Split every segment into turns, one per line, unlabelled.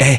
Eh,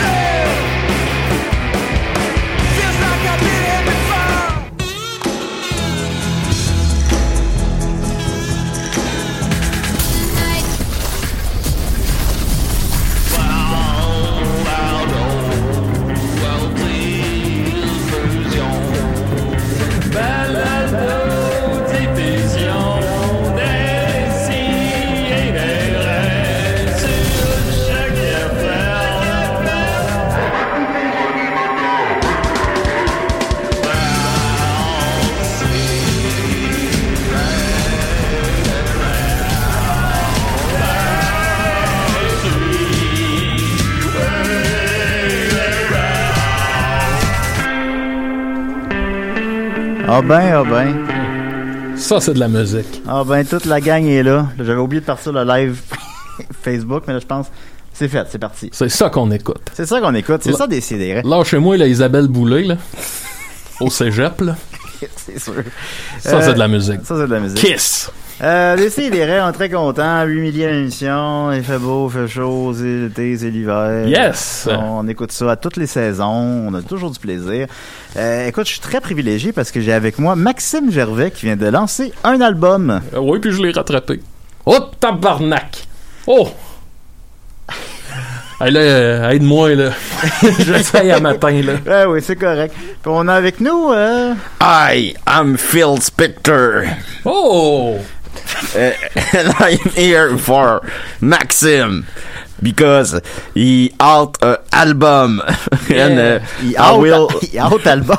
Ah ben, ah ben.
Ça, c'est de la musique.
Ah ben, toute la gang est là. Là, J'avais oublié de partir le live Facebook, mais là, je pense... C'est fait, c'est parti.
C'est ça qu'on écoute.
C'est ça qu'on écoute, c'est ça des CDR.
Là, chez moi, là, Isabelle Boulay, là, au cégep, là.
c'est sûr.
Ça,
Euh,
c'est de la musique.
Ça, c'est de la musique.
Kiss!
Euh, les CDR, on est très contents. 8 millions d'émissions. Il fait beau, il fait chaud, c'est l'été, c'est l'hiver.
Yes!
On écoute ça à toutes les saisons. On a toujours du plaisir. Euh, écoute, je suis très privilégié parce que j'ai avec moi Maxime Gervais qui vient de lancer un album.
Euh, oui, puis je l'ai rattrapé. Oh, tabarnak! Oh! Hey, là, euh, aide-moi, là. J'essaye à matin, là.
Ouais, Eh oui, c'est correct. Puis on a avec nous. euh,
I am Phil Spector,
Oh!
and I am here for Maxim because he out an album, and uh,
il
I
out,
will,
il out album.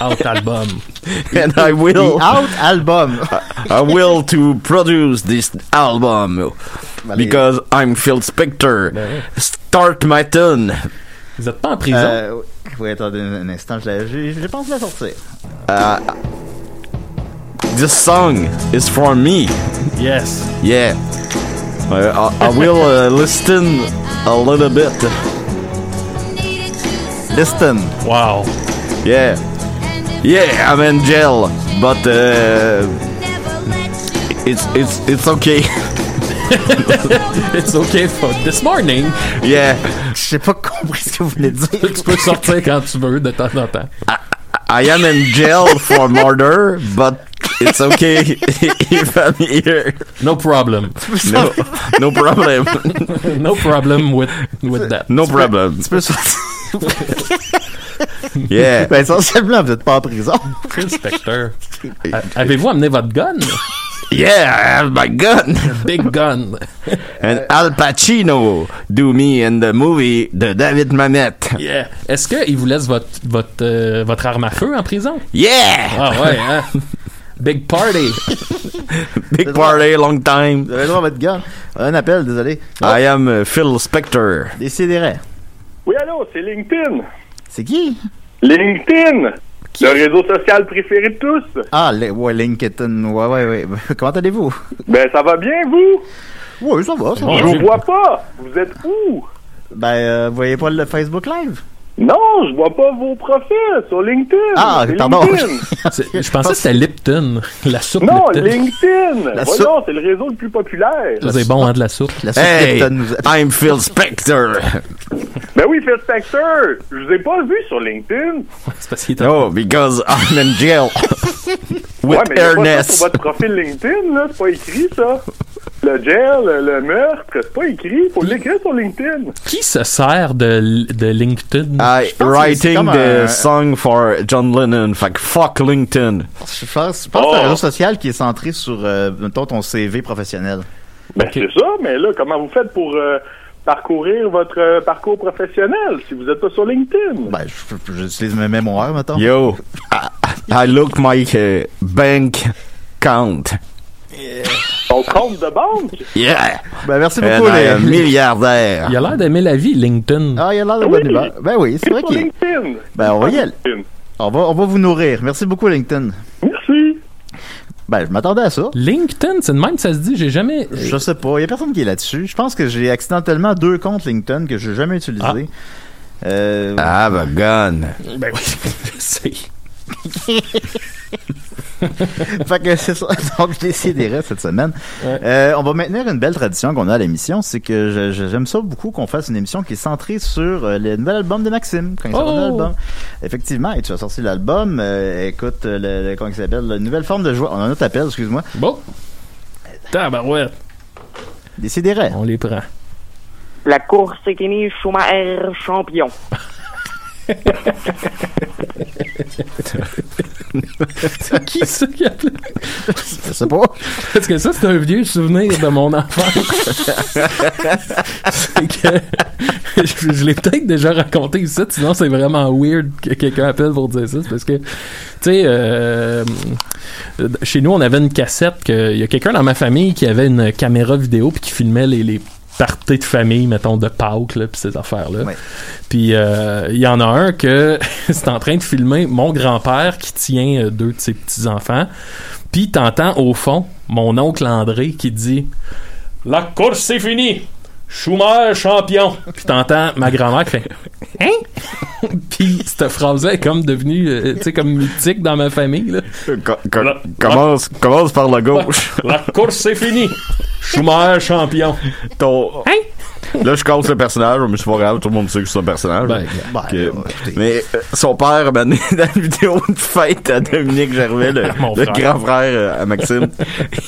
Out album.
and I
il
will,
out album.
I will to produce this album because I'm Phil Spector.
Ben
Start my tune.
Vous êtes pas en prison?
Euh, oui, attendez un instant, je, la- je- je pense la sortir.
This song is for me.
Yes.
Yeah. I, I, I will uh, listen a little bit.
Listen.
Wow.
Yeah. Yeah, I'm in jail, but uh, it's it's it's okay.
It's okay for this morning.
yeah,
J'ai pas compris ce que vous voulez dire.
tu peux sortir quand tu veux, de temps en temps.
I am in jail for murder, but it's okay if I'm here.
No problem.
No, no problem.
No problem with, with that.
No problem.
Tu peux sortir.
Yeah.
Ben, essentiellement, vous êtes pas en prison.
Inspecteur. Avez-vous amené votre gun?
Yeah, I have my gun.
Big gun.
And Al Pacino do me in the movie The David Mamet.
Yeah. Est-ce qu'il vous laisse votre, votre, euh, votre arme à feu en prison?
Yeah!
Ah ouais, hein? Big party.
Big party, long
Vous
time.
avez le droit à votre gun. Un appel, désolé.
I am uh, Phil Spector.
Décidérez.
Oui, allô, c'est LinkedIn.
C'est qui?
LinkedIn, le réseau social préféré de tous.
Ah, le, ouais, LinkedIn. Ouais, ouais, ouais. Comment allez-vous?
Ben, ça va bien, vous?
Ah, Ouais, ça va, ça
Bon,
va.
Je vous
Dieu.
vois pas. Vous êtes où?
Ben, euh, vous voyez pas le Facebook Live?
Non, je vois pas vos profils sur LinkedIn.
Ah,
C'est
pardon.
LinkedIn.
C'est- Je pensais que c'était Lipton. La soupe
Non,
Lipton.
LinkedIn.
La
Voyons, c'est le réseau le plus populaire.
Ça, C'est bon, hein, de la soupe.
La soupe
Hey,
Lipton nous a-
I'm Phil Spector.
Ben oui, Phil Spector, je vous ai pas vu sur LinkedIn.
C'est parce qu'il était-
No, Oh, because I'm in jail
Ouais,
with
mais y a pas ça
Ernest.
sur votre profil LinkedIn, là. C'est pas écrit, ça. Le gel, le, le meurtre, c'est pas écrit. Faut l'écrire sur LinkedIn.
Qui se sert de, de LinkedIn?
I
pense que c'est
writing
comme
the
un-
song for John Lennon. Fait que fuck LinkedIn.
Je pense, je pense que c'est un réseau social qui est centré sur, euh, mettons, ton CV professionnel.
Ben,
Ok.
c'est ça, mais là, comment vous faites pour euh, parcourir votre euh, parcours professionnel si vous n'êtes pas sur LinkedIn?
Ben, je- j'utilise mes mémoires, mettons.
Yo, I, I look my uh, bank count.
Ton compte de banque?
Yeah,
Ben, merci
and
beaucoup,
I
les...
am
Il
milliardaire.
a l'air d'aimer la vie, LinkedIn.
Ah, il a l'air de
Oui.
bonne humeur. Ben oui, c'est
C'est
vrai
sur
qu'il...
LinkedIn.
Ben, on va y aller.
LinkedIn.
On va, on va vous nourrir. Merci beaucoup, LinkedIn.
Merci.
Ben, je m'attendais à ça.
LinkedIn, c'est de même que ça se dit. J'ai jamais.
Je sais pas. Il y a personne qui est là-dessus. Je pense que j'ai accidentellement deux comptes LinkedIn que j'ai jamais utilisés. Euh,
Ah, bah, gun.
Ben oui, je sais.
Fait que c'est ça. Donc, je déciderai cette semaine.
Ouais.
Euh, on va maintenir une belle tradition qu'on a à l'émission. C'est que je- je- j'aime ça beaucoup qu'on fasse une émission qui est centrée sur euh, le nouvel album de Maxime. Quand il sort
Oh!
un album. Effectivement, et tu as sorti l'album. euh, écoute, euh, le, le- comment il s'appelle? La nouvelle forme de joie. On a un autre appel, excuse-moi.
Bon. Tabarouette,
Déciderait.
on les prend.
La course est finie, Schumacher champion.
Qui c'est qui appelait?
Je sais pas.
Parce que ça, c'est un vieux souvenir de mon enfance. c'est que je, je l'ai peut-être déjà raconté ici, sinon c'est vraiment weird que quelqu'un appelle pour dire ça. c'est Parce que, tu sais, euh, chez nous, on avait une cassette. que- Il y a quelqu'un dans ma famille qui avait une caméra vidéo puis qui filmait les, les parties de famille, mettons, de Pâques, là, puis ces affaires-là.
Ouais.
Puis euh, il y en a un que c'est en train de filmer mon grand-père qui tient euh, deux de ses petits-enfants. Puis t'entends au fond mon oncle André qui dit La course c'est fini Schumer champion Puis t'entends ma grand-mère qui fait Hein Puis cette phrase-là est comme devenue, euh, tu sais, comme mythique dans ma famille. Là. La-
Commence, commence par la gauche.
La course c'est fini Schumer champion
Ton- Là, je casse le personnage, mais c'est pas grave, tout le monde sait que c'est un personnage.
Ben,
Ben,
Ok.
euh, écoutez,
Mais euh, son père m'a donné dans la vidéo de fête à Dominique Gervais, le,
Mon
le
frère.
grand frère euh, à Maxime.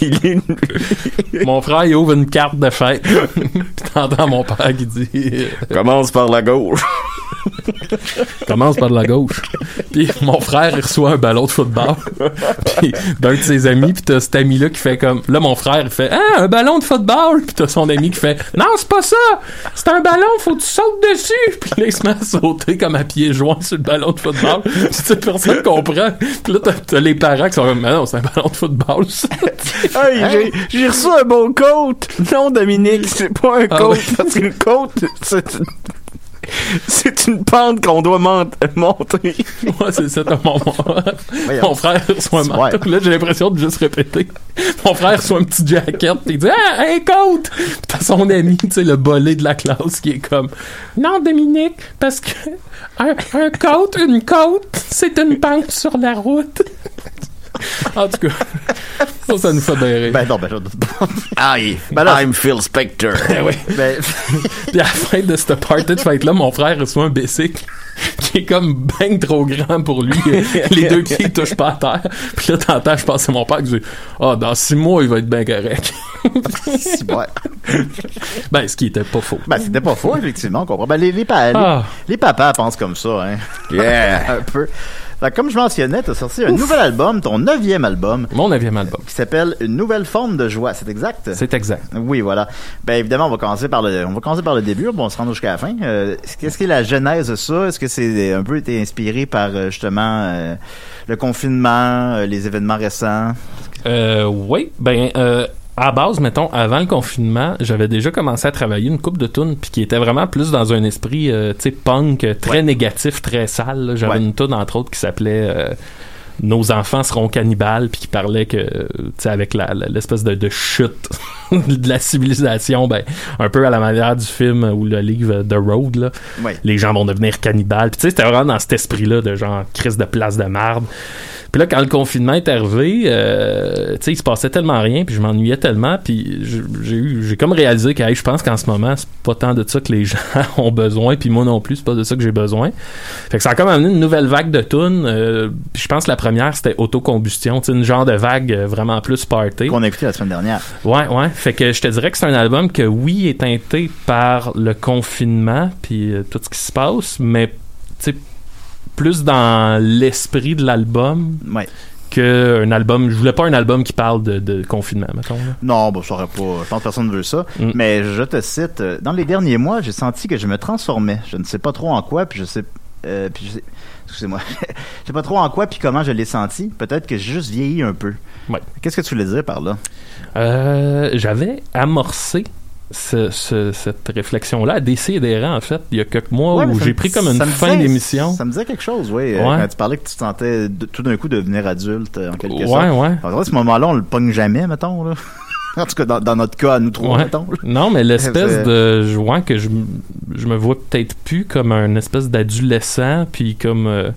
il est
Mon frère il ouvre une carte de fête Puis t'entends mon père qui dit euh,
commence par la gauche.
commence par de la gauche. Puis mon frère, il reçoit un ballon de football puis d'un de ses amis. Puis t'as cet ami-là qui fait comme... Là, mon frère, il fait « Ah, un ballon de football! » Puis t'as son ami qui fait « Non, c'est pas ça! C'est un ballon, faut que tu sautes dessus! » Puis là, il se met à sauter comme à pieds joints sur le ballon de football. Puis tu sais, personne comprend. Puis là, t'as- t'as les parents qui sont comme « Mais non, c'est un ballon de football, ça!
Hein?
Hey, j'ai- j'ai reçu un bon coat. Non, Dominique, c'est pas un
Ah
coat,
oui.
parce qu'une côte, c'est une... C'est une pente qu'on doit mont- monter. »
Moi, c'est ça, t'as mon...
voyons.
Mon frère reçoit un
Ouais.
manteau. Là, j'ai l'impression de juste répéter. Mon frère reçoit un petit jacket. pis Il dit Ah, un coat Puis t'as son ami, tu sais, le bolé de la classe qui est comme Non, Dominique, parce que un, un coat, une côte, c'est une pente sur la route. en tout cas, ça, ça nous fait bien rire.
Ben non, ben, je-
I,
Ben là-
I'm Phil Spector.
Ben oui.
ben,
Puis à la fin de cette party de fête-là, mon frère reçoit un bicycle qui est comme ben trop grand pour lui. Les deux pieds ils touchent pas à terre. Puis là, t'entends, je pense à mon père qui dit « Ah, dans six mois, il va être ben correct.
si, ouais. »
Ben, ce qui était pas faux.
Ben, c'était pas faux, effectivement, on comprend. Ben, les, les, pa- les-
Ah.
les papas pensent comme ça, hein.
Yeah.
un peu. Fait que comme je mentionnais, t'as sorti un nouvel album, ton neuvième album,
Mon neuvième album.
qui s'appelle Une nouvelle forme de joie. C'est exact?
C'est exact.
Oui, voilà. Ben évidemment, on va commencer par le, on va commencer par le début, bon, on se rend jusqu'à la fin. Euh, est-ce que- Qu'est-ce qui est la genèse de ça Est-ce que c'est euh, un peu été inspiré par euh, justement euh, le confinement, euh, les événements récents
Euh, oui, ben, euh, à base, mettons, avant le confinement, j'avais déjà commencé à travailler une coupe de tunes, puis qui était vraiment plus dans un esprit, euh, tu sais, punk, euh, très négatif, très sale. là. J'avais
Ouais.
une tune, entre autres, qui s'appelait... euh, nos enfants seront cannibales, puis qui parlait que, euh, tu sais, avec la- la- l'espèce de, de chute de la civilisation, ben, un peu à la manière du film ou le livre euh, The Road, là,
Oui.
les gens vont devenir cannibales. Puis tu sais, c'était vraiment dans cet esprit-là de genre crise de place de marde. Puis là, quand le confinement est arrivé, euh, tu sais, il se passait tellement rien, puis je m'ennuyais tellement, puis je- j'ai eu, j'ai comme réalisé que hey, je pense qu'en ce moment, c'est pas tant de ça que les gens ont besoin, puis moi non plus, c'est pas de ça que j'ai besoin. Fait que ça a comme amené une nouvelle vague de tunes. euh, puis je pense que la première, c'était autocombustion, tu sais, une genre de vague euh, vraiment plus party.
qu'on a écouté la semaine dernière
Ouais, ouais. Fait que je te dirais que c'est un album que, oui, est teinté par le confinement puis euh, tout ce qui se passe, mais, tu sais, plus dans l'esprit de l'album
Ouais.
qu'un album. Je voulais pas un album qui parle de, de confinement, mettons. là.
Non, bon, ça aurait pas. Je pense que personne ne veut ça.
Mm.
Mais je te cite. euh, Dans les derniers mois, j'ai senti que je me transformais. Je ne sais pas trop en quoi, puis je sais. euh, puis je sais- Excusez-moi. je sais pas trop en quoi, puis comment je l'ai senti. Peut-être que j'ai juste vieilli un peu.
Ouais.
Qu'est-ce que tu voulais dire par là
Euh, J'avais amorcé ce- ce- cette réflexion-là à Décidérant, en fait, il y a quelques mois
Ouais, mais
où
ça
Oh, j'ai
me-
pris comme une
ça me
fin
disait-
d'émission.
Ça me disait quelque chose, oui. euh,
Ouais.
Quand tu parlais que tu te sentais de- tout d'un coup devenir adulte, euh, en quelque
Ouais,
sorte.
ouais.
En vrai, ce moment-là, on le pogne jamais, mettons. Là. en tout cas, dans, dans notre cas, à nous trois,
Ouais.
mettons. là.
Non, mais l'espèce
C'est-
de joint que je, m- je me vois peut-être plus comme un espèce d'adolescent, puis comme euh,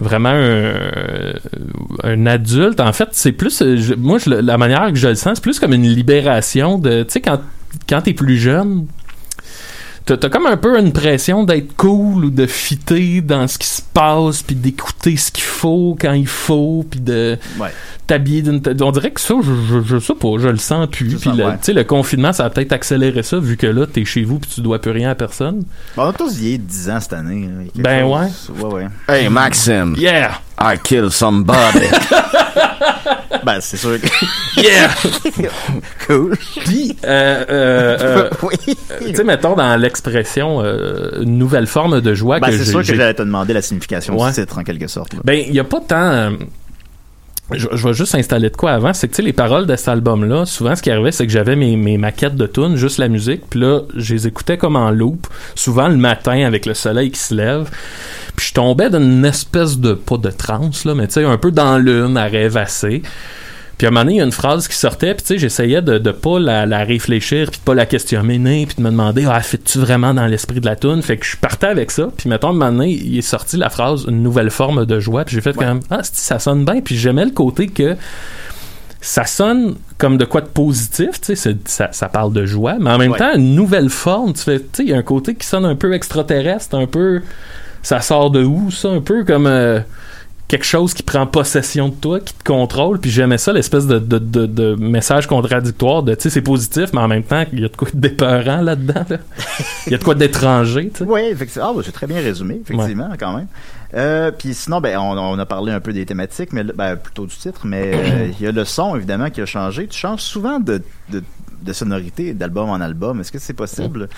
vraiment un, euh, un adulte. En fait, c'est plus. euh, je- moi, je le- la manière que je le sens, c'est plus comme une libération de. Tu sais, quand, quand t'es plus jeune. T'as t'as comme un peu une pression d'être cool ou de fitter dans ce qui se passe, puis d'écouter ce qu'il faut quand il faut, puis de
Ouais.
t'habiller d'une ta- on dirait que ça je, je, je sais pas je le sens plus
Tu
puis
sens,
le,
ouais.
tu sais, le confinement ça a peut-être accéléré ça vu que là t'es chez vous puis tu dois plus rien à personne
Bon, on a tous vieilli de 10 ans cette année. là, quelque
Ben
chose. ouais. Ouais,
Hey, Maxime,
yeah
I kill somebody.
Ben, c'est sûr que.
yeah
cool.
puis euh, euh, euh,
oui.
tu sais mettons dans l'expression euh, une nouvelle forme de joie
Ben,
que
c'est sûr que
j'ai- j'ai
j'allais te demander la signification
Ouais.
du titre, en quelque sorte. là.
Ben, il n'y a pas tant. euh, Je, je vais juste installer de quoi avant. C'est que, tu sais, les paroles de cet album-là, souvent, ce qui arrivait, c'est que j'avais mes, mes maquettes de tunes, juste la musique, puis là, je les écoutais comme en loop, souvent le matin avec le soleil qui se lève. Puis je tombais d'une espèce de, pas de transe, là, mais tu sais, un peu dans l'une, à rêvasser. Puis à un moment donné, il y a une phrase qui sortait, puis tu sais, j'essayais de, de pas la, la réfléchir, puis de pas la questionner, puis de me demander, ah, fais-tu vraiment dans l'esprit de la toune? Fait que je partais avec ça, puis mettons, à un moment donné, il est sorti la phrase, une nouvelle forme de joie, puis j'ai fait quand même, ah, c'ti, ça sonne bien, puis j'aimais le côté que ça sonne comme de quoi de positif, tu sais, c'est- ça, ça parle de joie, mais en même
Ouais.
temps, une nouvelle forme, tu fais, tu sais, il y a un côté qui sonne un peu extraterrestre, un peu, ça sort de où, ça, un peu comme... euh, quelque chose qui prend possession de toi, qui te contrôle. Puis j'aimais ça, l'espèce de, de, de, de message contradictoire de, tu sais, c'est positif, mais en même temps, il y a de quoi d'épeurant là-dedans. là. Il y a de quoi d'étranger, tu sais.
Oui, effectivement. Ah, bah, c'est très bien résumé, effectivement, quand même. Euh, puis sinon, ben, on, on a parlé un peu des thématiques, mais le- ben, plutôt du titre, mais euh, il y a le son, évidemment, qui a changé. Tu changes souvent de, de, de sonorité d'album en album. Est-ce que c'est possible?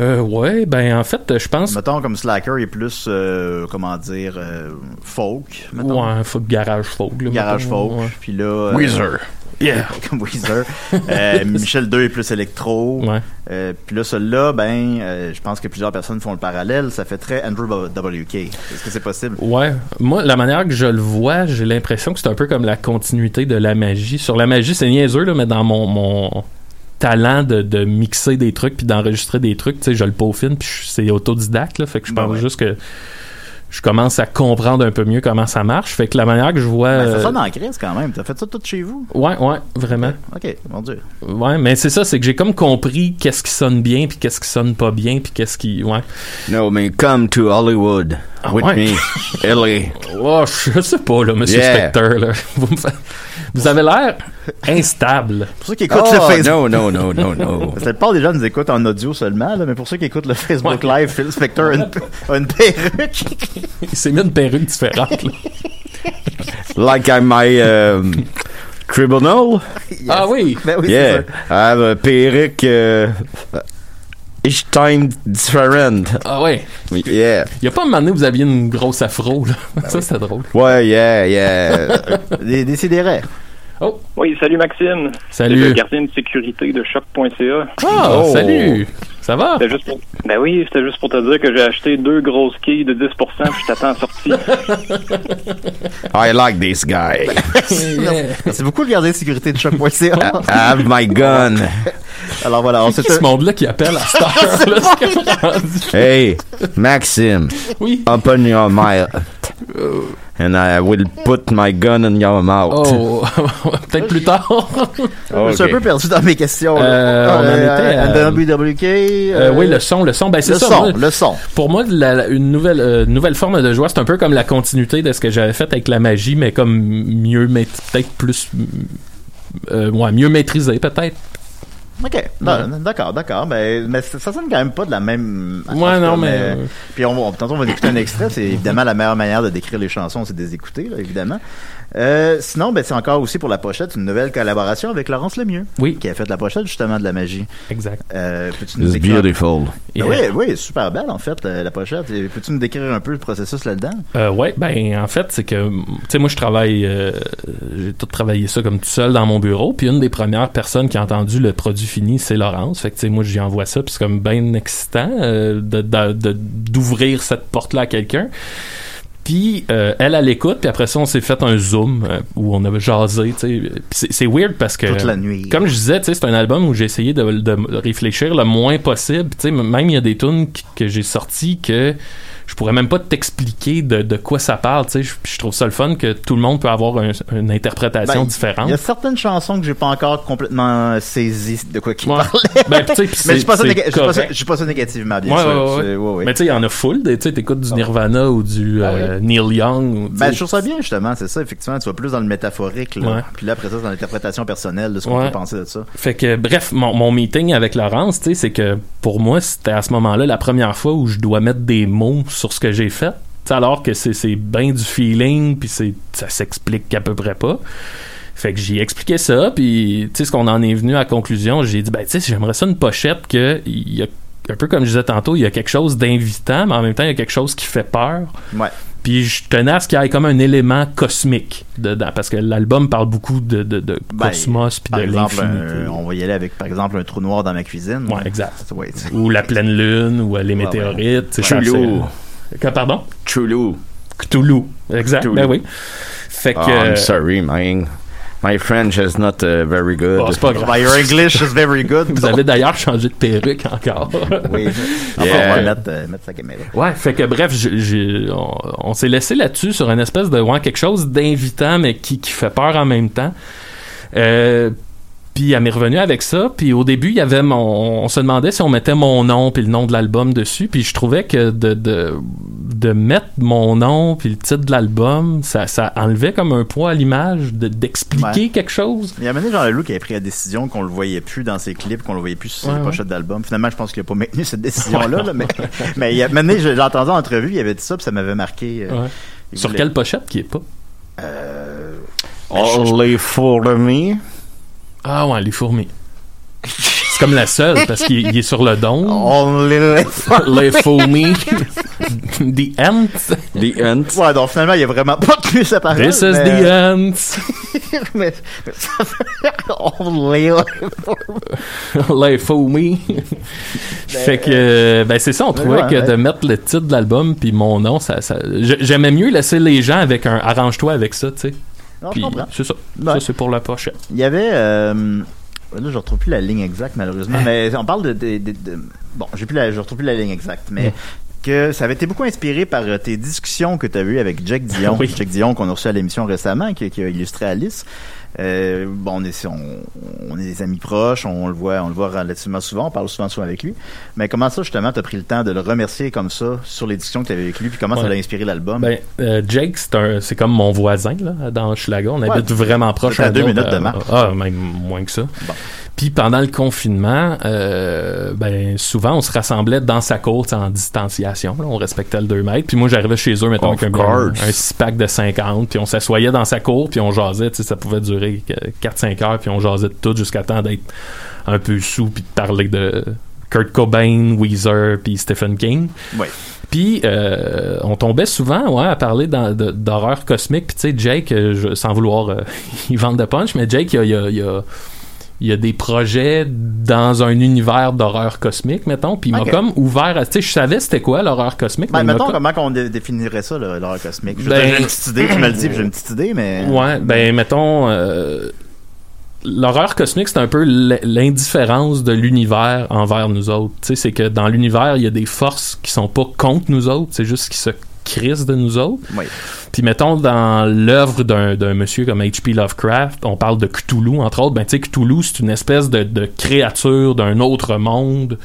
Euh, ouais, ben en fait, je pense
Mettons, comme Slacker est plus, euh, comment dire, euh, folk,
ou
mettons.
un garage folk. là,
Garage
mettons,
folk,
ouais.
puis là... euh,
Weezer.
Yeah.
Comme Weezer. Euh, Michel 2 est plus électro.
Ouais.
Euh, puis là, celui-là, ben, euh, je pense que plusieurs personnes font le parallèle. Ça fait très Andrew WK. Est-ce que c'est possible?
Ouais, moi, la manière que je le vois, j'ai l'impression que c'est un peu comme la continuité de la magie. Sur la magie, c'est niaiseux, là, mais dans mon, mon talent de, de mixer des trucs puis d'enregistrer des trucs, tu sais, je le peaufine, puis je- c'est autodidacte, là, fait que je
Ben
pense
ouais.
juste que je commence à comprendre un peu mieux comment ça marche. Fait que la manière que je vois...
Ben, ça
euh,
sonne en crise quand même. T'as fait ça tout chez vous?
Ouais, ouais, vraiment.
Ok, mon Dieu.
Ouais, mais c'est ça, c'est que j'ai comme compris qu'est-ce qui sonne bien, puis qu'est-ce qui sonne pas bien, puis qu'est-ce qui... Ouais.
No, mais come to Hollywood
Ah,
with
ouais.
me, LA.
Oh, je sais pas, là, Monsieur
Yeah.
Spector, là. Vous, me fa- vous avez l'air instable.
Pour ceux qui écoutent le
Oh,
Facebook.
no, no, no, no, no.
Parce que la plupart des gens nous écoutent en audio seulement, là, mais pour ceux qui écoutent le Facebook
Ouais.
Live, Phil Spector a une, a une perruque.
Il s'est mis une perruque différente. là.
Like I'm my um, criminal.
Ah oui!
Ben oui,
yeah,
c'est
I have a perruque uh, each time different.
Ah ouais!
Yeah.
Il y a pas un moment donné où vous aviez une grosse afro, là.
Ben
ça, c'était drôle.
Ouais, yeah, yeah.
ça. Des, des sidérés.
Oui, salut Maxime. C'est
Salut!
le gardien de sécurité de choc.ca.
Ah,
Oh.
salut! Ça va?
Ah.
C'était juste pour... Ben oui, c'était juste pour te dire que j'ai acheté deux grosses quilles de 10 puis je t'attends en sortie.
I like this guy.
Yeah.
C'est beaucoup le gardien de sécurité de
I,
Ah,
choc.ca.
I have my gun.
Alors voilà, on
C'est
s'est
ce monde-là qui appelle à Star, là, ce que j'ai entendu.
Hey, Maxime,
Oui.
open your mouth. And I will put my gun in your mouth.
Oh, peut-être plus tard.
Euh, Je suis un
Okay.
peu perdu dans mes questions. là.
Euh, on en était à-
Andrew WK.
Euh,
euh,
oui, le son, le son. Ben, c'est
le
ça.
son,
moi,
le son.
Pour moi, la- la- une nouvelle, euh, nouvelle forme de joie, c'est un peu comme la continuité de ce que j'avais fait avec la magie, mais comme mieux, mais peut-être plus. euh, ouais, mieux maîtrisé, peut-être.
OK. Non, D'accord, d'accord. Mais, mais ça ça sonne quand même pas de la même. en tout
Ouais,
cas,
non, mais. euh,
euh, Puis on, on- tantôt, on va écouter un extrait. C'est évidemment la meilleure manière de décrire les chansons, c'est de les écouter, là, évidemment. Euh, sinon, ben, c'est encore aussi pour la pochette une nouvelle collaboration avec Laurence Lemieux,
Oui,
qui a fait la pochette justement de la magie.
exact.
Euh, peux-tu nous
It's
décrire?
beautiful.
Ben
Et,
Oui, oui, super belle en fait, euh, la pochette. Et Peux-tu nous décrire un peu le processus là-dedans?
Euh, ouais, ben en fait, c'est que tu sais moi je travaille euh, j'ai tout travaillé ça comme tout seul dans mon bureau, puis une des premières personnes qui a entendu le produit fini, c'est Laurence. Fait que tu sais moi j'y envoie ça, puis c'est comme bien excitant euh, de- de- de- d'ouvrir cette porte-là à quelqu'un. Puis euh, elle à l'écoute, puis après ça on s'est fait un zoom euh, où on avait jasé, tu sais. Puis c'est- c'est weird parce que
Toute la nuit.
comme je disais, tu sais, c'est un album où j'ai essayé de, de réfléchir le moins possible. Tu sais, m- même il y a des tunes qui- que j'ai sorties que je pourrais même pas t'expliquer de, de quoi ça parle. Tu sais, je, je trouve ça le fun que tout le monde peut avoir un- une interprétation
Ben,
différente.
Il y a certaines chansons que j'ai pas encore complètement saisies de quoi qu'ils
Ouais.
parlaient.
Ben, tu sais, puis
Mais
c'est-
je dis pas, ça
c'est
néga- je dis pas ça-
correct.
je dis pas ça négativement, bien
Ouais,
sûr.
ouais, ouais,
C'est- ouais, ouais.
Mais tu sais, il y en a full. des- Tu sais, t'écoutes du Nirvana ou du euh, Neil Young. ou, tu
Ben,
sais,
je trouve ça bien, justement, c'est ça, effectivement, tu vas plus dans le métaphorique, là.
Ouais.
Puis là, après ça, c'est dans l'interprétation personnelle de ce qu'on
Ouais.
peut penser de ça.
Fait que, bref, mon, mon meeting avec Laurence, tu sais, c'est que pour moi, c'était à ce moment-là la première fois où je dois mettre des mots sur ce que j'ai fait. Tu sais, alors que c'est, c'est bien du feeling, puis c'est, ça s'explique à peu près pas. Fait que j'y expliquais ça, puis tu sais, ce qu'on en est venu à la conclusion, j'ai dit, ben, tu sais, j'aimerais ça une pochette que, il y a, un peu comme je disais tantôt, il y a quelque chose d'invitant, mais en même temps, il y a quelque chose qui fait peur.
Ouais.
Puis je tenais à ce qu'il y ait comme un élément cosmique dedans, parce que l'album parle beaucoup de, de, de
Ben,
cosmos, puis
Par
de
exemple, euh,
l'infini.
un- on va y aller avec, par exemple, un trou noir dans ma cuisine.
Ouais, exact.
Ouais, tu-
ou la pleine lune ou euh, les
Ouais,
météorites c'est ça,
Chulu.
c'est- Que- pardon
Chulu.
Cthulhu exact
Cthulhu.
ben oui fait que euh,
Oh,
Ah,
I'm sorry, my, my French is not uh, very good.
bon, c'est pas grave
By your English is very good.
vous avez d'ailleurs changé de perruque encore
Oui. Enfin, on va
Yeah.
mettre, euh, mettre sa caméra.
Ouais, fait que bref, j'ai- j'ai- on, on s'est laissé là-dessus sur une espèce de ouais, quelque chose d'invitant mais qui, qui fait peur en même temps. Euh, puis elle m'est revenue avec ça. Puis au début, il y avait mon, on se demandait si on mettait mon nom puis le nom de l'album dessus. Puis je trouvais que de, de, de mettre mon nom puis le titre de l'album, ça, ça enlevait comme un poids à l'image de- d'expliquer
Ouais.
quelque chose.
Il y a mené Jean-Leloup qui avait pris la décision qu'on le voyait plus dans ses clips, qu'on le voyait plus sur
Ouais,
ses
ouais.
pochettes d'albums. Finalement, je pense qu'il a pas maintenu cette décision-là, là, mais, mais il y a mené, j'ai entendu en entrevue, il avait dit ça, puis ça m'avait marqué. euh,
Ouais.
il
Sur
voulait-
quelle pochette qui est pas
Euh,
Only for me.
Ah ouais, les fourmis. C'est comme la seule parce qu'il il est sur le don.
Only
les fourmis, the ants.
The Hunt.
Ouais, donc finalement, il y a vraiment pas tenu sa parole.
This is
mais- euh,
the ants.
mais- mais ça fait- on l'est, ouais.
les fourmis. fait que, euh, ben c'est ça, on trouvait
ouais,
que de
ouais.
mettre le titre de l'album puis mon nom, ça, ça- je- j'aimais mieux laisser les gens avec un arrange-toi avec ça, tu sais.
Non, je
Puis
comprends.
c'est ça.
Ouais.
Ça, c'est pour la pochette.
Il y avait. euh, là, je retrouve plus la ligne exacte,
Ah.
malheureusement. mais on parle de. de- de- de- bon, j'ai plus la, je retrouve plus la ligne exacte.
Mm.
Mais. Que ça avait été beaucoup inspiré par euh, tes discussions que tu as eues avec Jack Dion.
Oui.
Jack Dion qu'on a reçu à l'émission récemment, qui, qui a illustré Alice. Euh, bon, on est, on, on est des amis proches, on le voit, on le voit relativement souvent, on parle souvent souvent avec lui. Mais comment ça justement t'as pris le temps de le remercier comme ça sur les discussions que tu avais avec lui, puis comment ça
Ouais.
l'a inspiré l'album
Ben, euh, Jake, c'est un- c'est comme mon voisin, là, dans Schlager. On
Ouais.
habite vraiment proche.
C'est à
un
deux
autre,
minutes de
euh,
marche.
Ah, même moins que ça. Puis pendant le confinement, euh, ben, souvent, on se rassemblait dans sa cour, tu sais, en distanciation. là. on respectait le 2 mètres. Puis moi, j'arrivais chez eux, mettons,
Of
avec un,
course.
un six-pack de 50. Puis on s'assoyait dans sa cour, puis on jasait. Tu sais, ça pouvait durer que 4-5 heures. Puis on jasait de tout jusqu'à temps d'être un peu sous, puis de parler de Kurt Cobain, Weezer, puis Stephen King.
Ouais.
Puis euh, on tombait souvent ouais, à parler dans- de- d'horreur cosmique. Puis tu sais, Jake, euh, je- sans vouloir, euh, il vend de punch, mais Jake, il y a, il y a- il y a- il y a des projets dans un univers d'horreur cosmique, mettons. Puis il
Ok.
m'a comme ouvert à. Tu sais, je savais c'était quoi l'horreur cosmique.
Ben,
mais il m'a
mettons,
comme-
comment qu'on dé- définirait ça, là, l'horreur cosmique? Je veux
Ben-
dire, J'ai une petite idée, tu me le dis, puis j'ai une petite idée, mais...
Ouais, ben mettons euh, l'horreur cosmique, c'est un peu l- l'indifférence de l'univers envers nous autres. Tu sais, c'est que dans l'univers, il y a des forces qui sont pas contre nous autres, c'est juste qui se crissent de nous autres.
Oui.
Puis mettons dans l'œuvre d'un d'un monsieur comme H.P. Lovecraft, on parle de Cthulhu entre autres, ben tu sais Cthulhu, c'est une espèce de, de créature d'un autre monde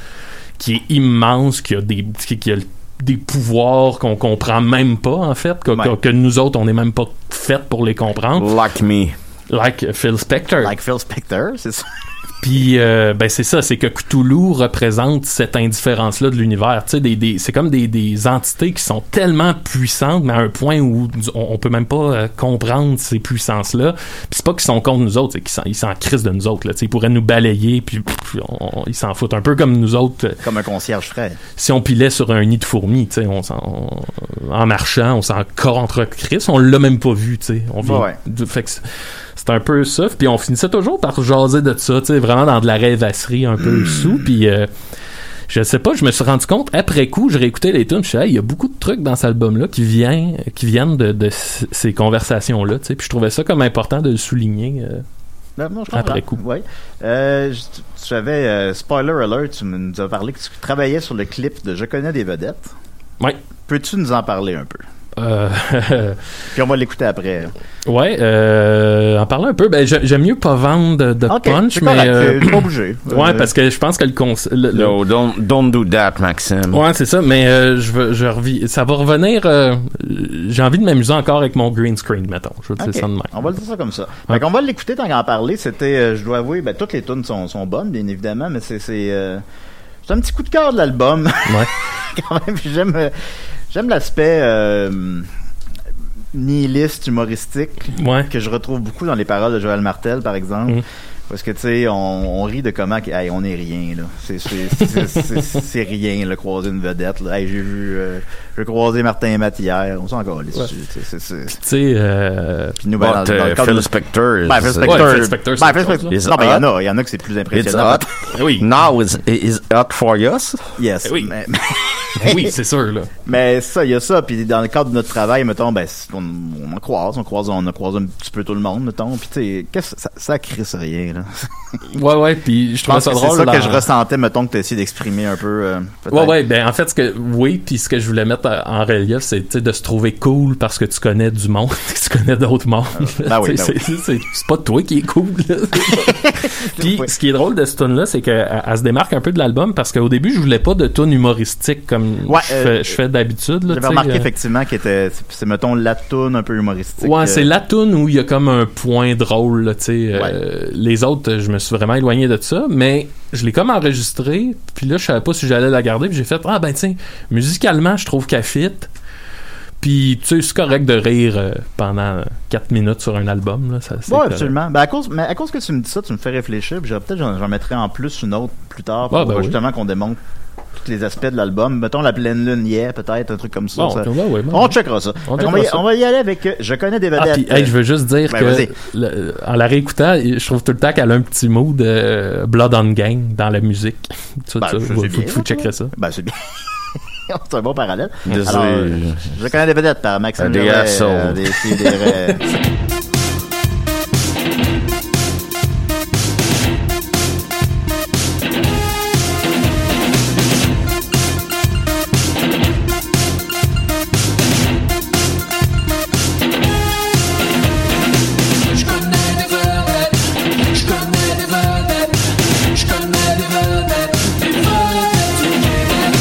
qui est immense, qui a des qui, qui a le- des pouvoirs qu'on comprend même pas en fait, que, que-
Ouais.
que nous autres on n'est même pas faits pour les comprendre
Like me.
like Phil Spector.
Like Phil Spector, c'est ça?
Puis, euh, ben, c'est ça, c'est que Cthulhu représente cette indifférence-là de l'univers. Tu sais, des, des- c'est comme des, des entités qui sont tellement puissantes, mais à un point où du- on, on peut même pas euh, comprendre ces puissances-là. Puis c'est pas qu'ils sont contre nous autres, c'est qu'ils s'en- ils s'en crissent de nous autres. Là. Tu sais, Ils pourraient nous balayer, puis pff, on- on- ils s'en foutent. Un peu comme nous autres, euh,
Comme un concierge frais.
si on pilait sur un nid de fourmis, tu sais, on s'en- on- en marchant, on s'en contre Chris, on l'a même pas vu, tu sais. On vient
Ouais.
de- fait que c'est- c'est un peu ça. Puis on finissait toujours par jaser de ça, tu sais, vraiment dans de la rêvasserie un
Hmm.
peu sous. Puis euh, je sais pas, je me suis rendu compte après coup, je réécoutais les tunes, je suis, Hey, il y a beaucoup de trucs dans cet album-là qui viennent, qui viennent de, de c- ces conversations-là, tu sais. Puis je trouvais ça comme important de le souligner. euh.
Non, Ben, non, je comprends.
Après coup.
Ouais. Euh, je- tu- tu avais, euh, spoiler alert, tu me- nous as parlé que tu travaillais sur le clip de Je connais des vedettes.
Ouais.
Peux-tu nous en parler un peu?
Euh,
Puis on va l'écouter après.
Ouais, euh, en parlant un peu, ben, j'a- j'aime mieux pas vendre de, de
Ok,
punch,
c'est
mais
correct,
euh,
t'es pas obligé.
ouais, parce que je pense que le, cons- le- le-
No, don't, don't do that, Maxime.
ouais, c'est ça, mais euh, je veux, je revis, ça va revenir. euh, j'ai envie de m'amuser encore avec mon green screen, mettons. Je veux dire
Ok, Ah
ça de même.
On va le dire ça comme ça.
Ouais.
on va l'écouter tant qu'en parler. C'était, euh, je dois avouer, ben, toutes les tunes sont, sont bonnes, bien évidemment, mais c'est c'est euh, c'est un petit coup de cœur de l'album.
Ouais.
Quand même, puis j'aime euh, j'aime l'aspect euh, nihiliste, humoristique,
Ouais,
que je retrouve beaucoup dans les paroles de Joël Martel, par exemple.
Mhm.
Parce que, tu sais, on, on rit de comment que- hey, on est rien, là. C'est- c'est- C'est c'est- c'est rien, le croiser une vedette. là. Hey, J'ai vu, euh, j'ai croisé Martin et Matt hier. On s'en encore, les
Ouais.
Puis
tu sais, euh,
nous, ben,
But
dans- dans
uh,
le cadre de-
Phil Spector is,
ben, Phil Spector.
Ouais, Phil Spector, c'est
Ben, Phil
autre chose,
Spector-
là. It's
Non, ben, il y en
hot.
a. Il y en a que c'est plus
it's
impressionnant.
hot. Now is, is hot for us.
Yes.
Oui.
Mais,
oui, c'est sûr là.
mais ça, il y a ça. Puis dans le cadre de notre travail, mettons, ben, c'est- on, on en croise, on croise, on en croise un petit peu tout le monde, mettons. Puis, tu sais, qu'est-ce- ça, ça crisse rien, là.
Ouais, ouais, puis je
Je
trouve
pense
ça
que
drôle.
c'est ça
là.
que je ressentais, mettons, que tu essayé d'exprimer un peu. euh, peut-être.
Ouais, ouais, ben en fait, ce que, oui, puis ce que je voulais mettre à- en relief, c'est tu sais, de se trouver cool parce que tu connais du monde, tu connais d'autres mondes.
ben oui,
Tu sais,
ben
c'est, c'est- c'est pas toi qui est cool. là. puis ce qui est drôle de ce tune là c'est qu'elle elle se démarque un peu de l'album parce qu'au début, je voulais pas de tune humoristique comme
Ouais,
je,
euh,
fais, je fais d'habitude. Là, tu
J'avais
sais,
remarqué
euh.
effectivement qu'il était. c'est- C'est, mettons, la toune un peu humoristique.
Ouais,
euh,
c'est la toune où il y a comme un point drôle, là, tu sais. euh, les autres, euh, je me suis vraiment éloigné de ça, mais je l'ai comme enregistré, puis là, je savais pas si j'allais la garder, puis j'ai fait, ah ben tiens, musicalement, je trouve qu'elle fit. Puis, tu sais, c'est correct de rire euh, pendant 4 minutes sur un album, là. Ça, c'est
Ouais,
correct.
absolument. Ben, à cause, mais à cause que tu me dis ça, tu me fais réfléchir. puis j'aurais- peut-être j'en, j'en mettrai en plus une autre plus tard pour
Ah, ben oui.
justement qu'on démontre tous les aspects de l'album. Mettons la pleine lune hier, peut-être, un truc comme ça.
Bon,
ça-
ouais, ouais, ouais.
On checkera ça.
On
Fait qu'on
checkera
va y-
ça.
on va y aller avec euh, Je connais des vedettes.
Ah, puis, hey, je veux juste dire
Ben, vas-y.
que le- en la réécoutant, je trouve tout le temps qu'elle a un petit mot de Blood on Gang dans la musique. Ça,
Ben,
ça,
je sais
vous,
bien,
vous- vous
ça.
checkerez ça.
Ben, c'est bien. c'est un bon parallèle.
This
Alors,
is-
euh, je connais des vedettes par Maxime
Des
Leray,
assholes.
euh, des, des, des, des-
Je connais des vedettes, je connais des vedettes, je connais des vedettes, des vedettes du Québec.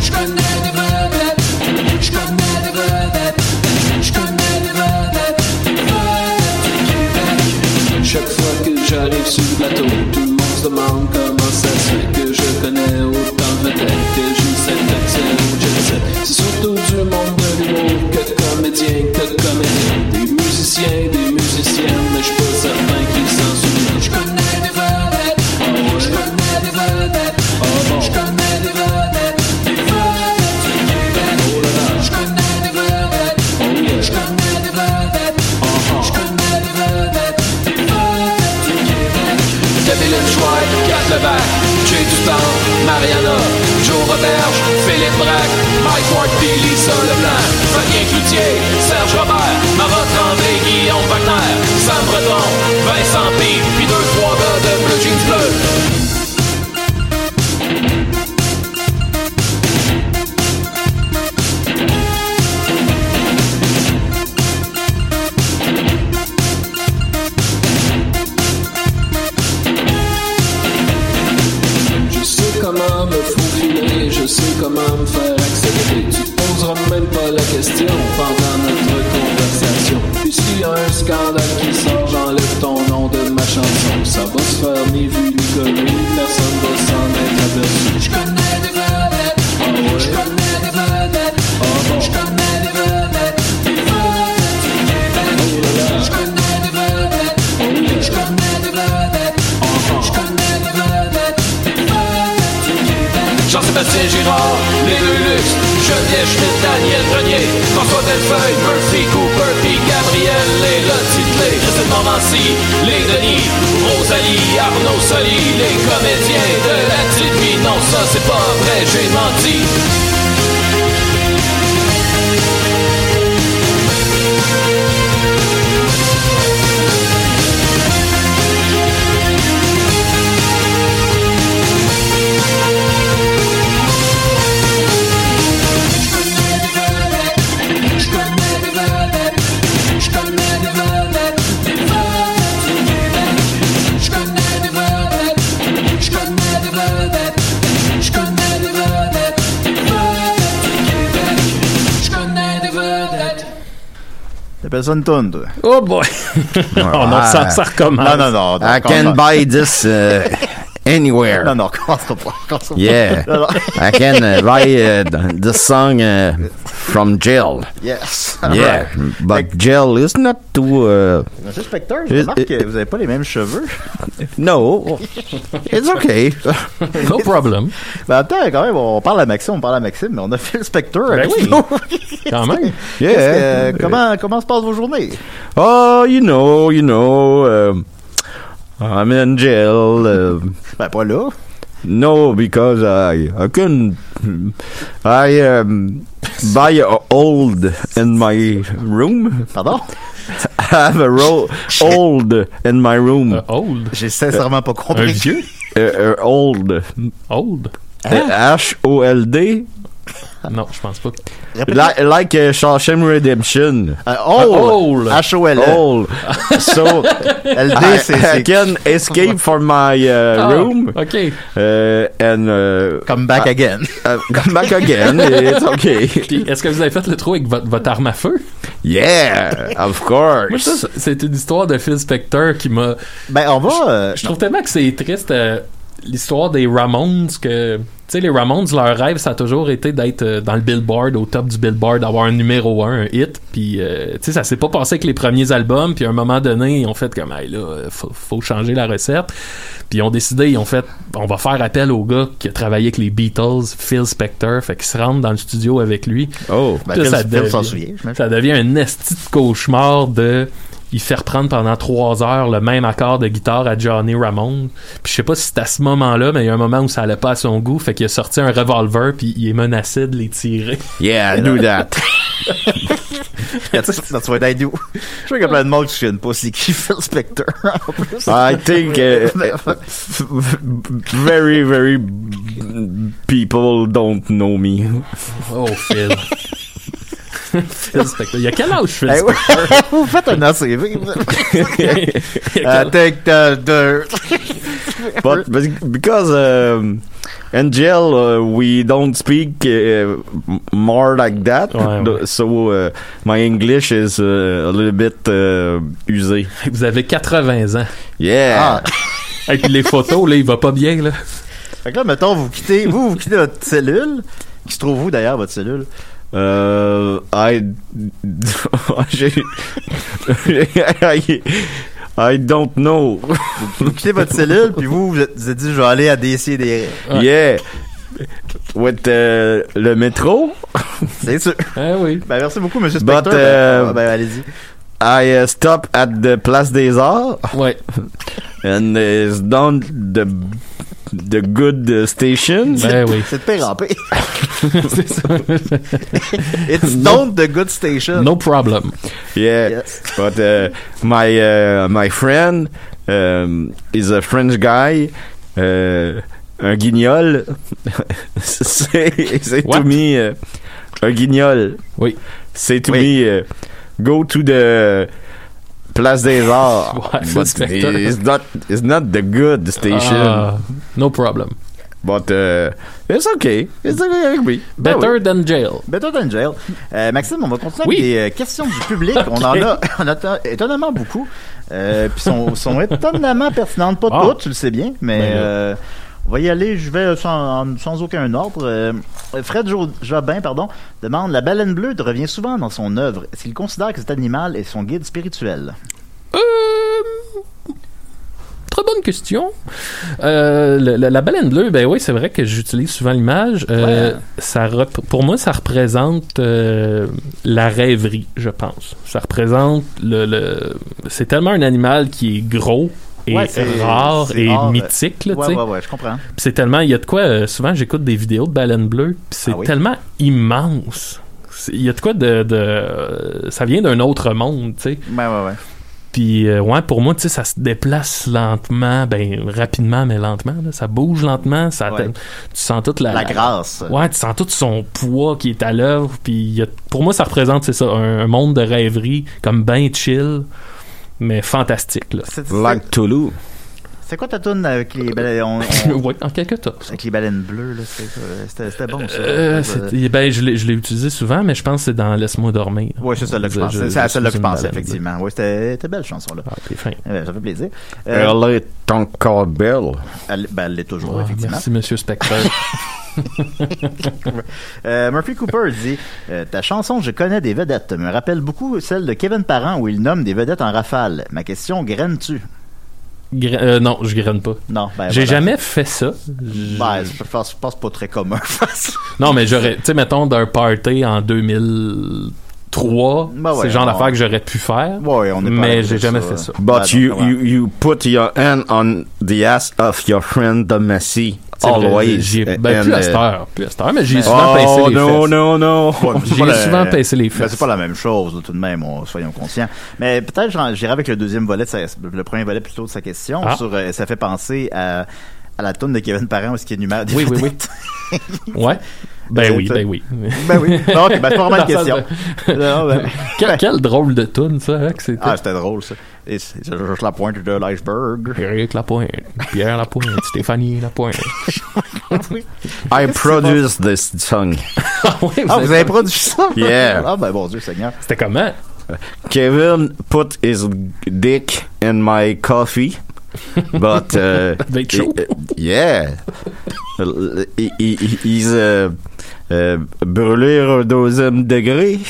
Je connais des vedettes, je connais des vedettes, je connais des vedettes, des vedettes du Québec. Chaque fois que j'arrive sur le plateau, tout le monde se demande comment ça se fait que je connais autant de vedettes que j'ai cet accès au jet set. C'est surtout du monde de l'humour que de comédiens, que de comédiens, des musiciens, des musiciennes, mais je suis pas certain qu'ils s'en souviennent. Je connais des vedettes, Oh, je connais des vedettes, Oh, je connais des vedettes, des vedettes du Québec. Je connais des vedettes, je connais des vedettes, je connais des vedettes, des vedettes du Québec. David Lynchway, Kat Levac, Jay Dutemps, Mariana, Joe Roberge, Philippe Braque, Mike Ward, puis Lisa Leblanc, Fabien Cloutier, Serge Robert, Marotte André, Guillaume Wagner, Sam Breton, Vincent P, puis deux, trois gars de Blue Jeans Bleu. Je sais comment me faufiler, je sais comment me faire accepter. Tu te poseras même pas la question pendant notre conversation. Puis s'il y a un scandale qui sort, j'enlève ton nom de ma chanson. chansons. Ça va se faire mes vues, Nicolas, personne va s'en être aperçu. Je connais des vedettes, ah ouais. je connais des vedettes, ah bon. je connais des vedettes, des vedettes du Québec. Je connais des vedettes, je connais des vedettes, je connais des vedettes, des vedettes du Québec.
Jean-Sébastien Girard, Les Deux Luxe, Geneviève Schmidt, Daniel Grenier, François Delfeuille, Murphy Cooper, puis Gabriel Les Lottitlé, Christine Morancy, Les Denis, Rosalie, Arnaud Soli, les comédiens de la petite vie. Non, ça c'est pas vrai, j'ai menti.
Je connais des vedettes, je connais des vedettes, des vedettes du Québec. Je connais des vedettes, je connais des vedettes, je connais des vedettes, des vedettes du Québec. Je connais des vedettes.
T'appelles ça une toune, toi?
Oh boy! oh non, ça, ça recommence.
Non, non, non. on
I
commence-
can buy this euh, anywhere.
Non, non, on commencera pas. on commencera pas.
Yeah.
Non, non.
I can uh, buy uh, this song uh, from jail.
Yes.
Yeah. But jail is not too. Uh,
Monsieur Spector, je
Et-
remarque
et-
que vous avez pas les mêmes cheveux.
no. It's okay.
No problem.
Ben, attends, quand même, on parle à Maxime, on parle à Maxime, mais on a fait le Spector
Ben
avec
oui.
nous.
Quand même.
Yeah.
Qu'est-ce que- comment, comment se passent vos journées?
Oh, you know, you know. um, I'm in jail. um,
Ben, pas là.
no, because I I couldn't. I um, buy a old in my room.
Pardon?
I have a ro- old in my room.
Euh, old.
J'ai sincèrement pas
Un
compris.
vieux.
Uh, uh, old.
Old.
H O L D.
Non, je pense pas.
Like, like uh, Shawshank Redemption.
Euh, Hall.
Hall.
H-O-L.
Oh.
Old. so
L-D,
I,
c'est-
I
c'est
can escape from my uh,
Ah,
room
OK.
uh, and uh,
come back
I-
again.
uh, come back again. It's okay.
Puis, est-ce que vous avez fait le trou avec votre, votre arme à feu?
Yeah, of
Moi,
course.
ça, c'est une histoire de Phil Spector qui m'a.
Ben, on va... euh,
Je trouve tellement que c'est triste euh, l'histoire des Ramones que. Tu sais, les Ramones, leur rêve, ça a toujours été d'être euh, dans le billboard, au top du billboard, d'avoir un numéro un, un hit. Puis, euh, tu sais, ça s'est pas passé avec les premiers albums. Puis, à un moment donné, ils ont fait comme, hey, là, euh, faut, faut changer la recette. Puis, ils ont décidé, ils ont fait, on va faire appel au gars qui a travaillé avec les Beatles, Phil Spector. Fait qu'ils se rendent dans le studio avec lui.
Oh,
ben,
Puis
Phil-
là, ça
Phil s'en
devient-
souvient, je
Ça devient un esti de cauchemar de il fait reprendre pendant trois heures le même accord de guitare à Johnny Ramone. Puis je sais pas si c'est à ce moment-là, mais il y a un moment où ça allait pas à son goût, fait qu'il a sorti un revolver puis il est menacé de les tirer.
yeah, I knew that.
That's, that's what I do. Je sais qu'il y a plein de monde qui se souviennent pas c'est qui Phil Spector, en plus.
I think uh, very, very b- people don't know me.
Oh Phil. Phil Spector. Il y a quel âge Phil
Eh oui.
Spector?
Vous faites un ACV.
Il y
Uh,
a
I
quel-
take the dirt.
But, but because um, in jail uh, we don't speak uh, m- more like that,
Ouais, ouais.
so uh, my English is uh, a little bit uh, usé.
Vous avez 80 ans.
Yeah.
Ah.
Et puis les photos là, il va pas bien là.
Fait que là, mettons, vous quittez, vous, vous quittez votre cellule. Qui se trouve où, d'ailleurs, votre cellule?
Uh, I, j'ai- I I don't know.
Vous quittez votre cellule, puis vous, vous êtes, vous êtes dit, je vais aller à DC des...
Ouais.
Yeah. With uh, le métro,
C'est sûr.
Ah oui.
Ben, merci beaucoup, monsieur
But,
Spector. Ben,
euh,
ben, allez-y.
I uh, stop at the Place des Arts.
Ouais.
and is down the the good uh, station.
Ben oui.
C'est de pire en pire.
C'est ça.
It's not the good station.
No problem.
Yeah,
Yes.
but uh, my uh, my friend um, is a French guy. Uh, un guignol, c'est c'est
What?
to me uh, un guignol.
Oui.
C'est to
Oui.
me uh, go to the place des arts.
Ouais,
but
Inspector.
it's not it's not the good station.
Ah, no problem.
But uh, it's okay. It's okay avec me. Ben
Better
oui.
than jail.
Better than Ben, jail. Euh, Maxime, on va continuer
Oui.
avec des euh, questions du public. On en a, on en a étonnamment beaucoup. Euh, Puis sont, sont étonnamment pertinentes. Pas
Wow.
toutes, tu le sais bien, mais
Ah. Ben là.
euh, on va y aller. Je vais sans, sans aucun ordre. Euh, Fred Jo- Jobin pardon, demande La baleine bleue te revient souvent dans son œuvre. Est-ce qu'il considère que cet animal est son guide spirituel
Euh, Très bonne question. Euh, le- la, la baleine bleue, ben oui, c'est vrai que j'utilise souvent l'image. Euh, ça rep- pour moi, ça représente euh, la rêverie, je pense. Ça représente le, le- c'est tellement un animal qui est gros et
Ouais, c'est-
rare
c'est
et
rare.
mythique, là, tu
Ouais,
sais.
ouais, ouais, je comprends.
Puis c'est tellement. Il y a de quoi. euh, souvent, j'écoute des vidéos de baleines bleues. Puis c'est
Ah oui?
tellement immense. C'est- Il y a de quoi de. de euh, ça vient d'un autre monde, tu sais.
Ouais, ouais, ouais.
Puis, euh, ouais, pour moi, tu sais, ça se déplace lentement. Ben, rapidement, mais lentement. là. Ça bouge lentement. Ça
Ouais.
atteint- Tu sens toute la.
La grâce.
Euh, Ouais, tu sens tout son poids qui est à l'œuvre. Puis, il y a- pour moi, ça représente, c'est ça, un, un monde de rêverie, comme ben chill, mais fantastique, là.
C'est- C'est
Like Toulouse.
c'est quoi ta tune avec les baleines on- on-
ouais, en quelque sorte.
Avec les baleines bleues, là, c'est- c'était c'était bon, ça.
Euh,
Ouais,
c'était- ben, je l'ai je l'ai utilisé souvent, mais je pense que c'est dans Laisse-moi dormir.
Oui, c'est ça là que je
Je-
pense.
je-
C'est à celle-là que je
je-
pense,
je-
effectivement. Oui, c'était c'était belle chanson là.
Ah, t'es fin.
Euh, ça fait plaisir. Euh,
Elle est encore belle.
elle, ben, elle l'est toujours,
Ah,
effectivement.
merci, monsieur Spectre.
Euh, Murphy Cooper dit euh, Ta chanson Je connais des vedettes me rappelle beaucoup celle de Kevin Parent où il nomme des vedettes en rafale. Ma question, graines-tu
Gra- euh, non, je graine pas.
Non, ben.
J'ai
voilà.
jamais fait ça. Je-
Ben, je pense, je pense pas très commun.
Non, mais j'aurais, tu sais, mettons, d'un party en 2003,
Ben ouais,
c'est le genre
on-
d'affaire que j'aurais pu faire.
ouais, on est pas à
mais
l'abri
j'ai
de
jamais
ça.
fait ça.
Ah,
But
non,
you,
comment?
you, you put your hand on the ass of your friend Domessi.
C'est vrai,
Always.
j'y ai-
And,
ben, plus à
euh,
cette
uh,
heure, plus à cette heure, mais j'ai souvent pincé
Oh,
les
non,
fesses.
non, non.
C'est
J'ai
pas la-
souvent pincé les
Ben,
fesses.
c'est pas la même chose, là, tout de même, on- soyons conscients. Mais peut-être j'en- j'irai avec le deuxième volet, de sa- le premier volet plutôt de sa question.
Ah.
Sur, euh, ça fait penser à, à la toune de Kevin Parent où est-ce qu'il énumère des
Oui, oui, oui.
vedettes.
Ouais. Ben
Euh,
oui,
ça-
ben oui.
Ben oui. Non, ok, ben, c'est pas vraiment une
Dans le
question.
sens
Non, ben-
Quel, quel drôle de tune ça, hein, que c'était.
Ah, c'était drôle, ça. Et c'est c'est juste la pointe de l'iceberg.
Eric Lapointe, Pierre Lapointe, Stéphanie Lapointe.
I produced this song.
ah ouais,
Ah, vous avez produit ça?
Yeah.
Ah, ben, bon Dieu, Seigneur.
C'était comment?
Kevin put his dick in my coffee, but uh,
They chew?
he- yeah, He- he- he- he's uh, uh, brûlé au deuxième degré.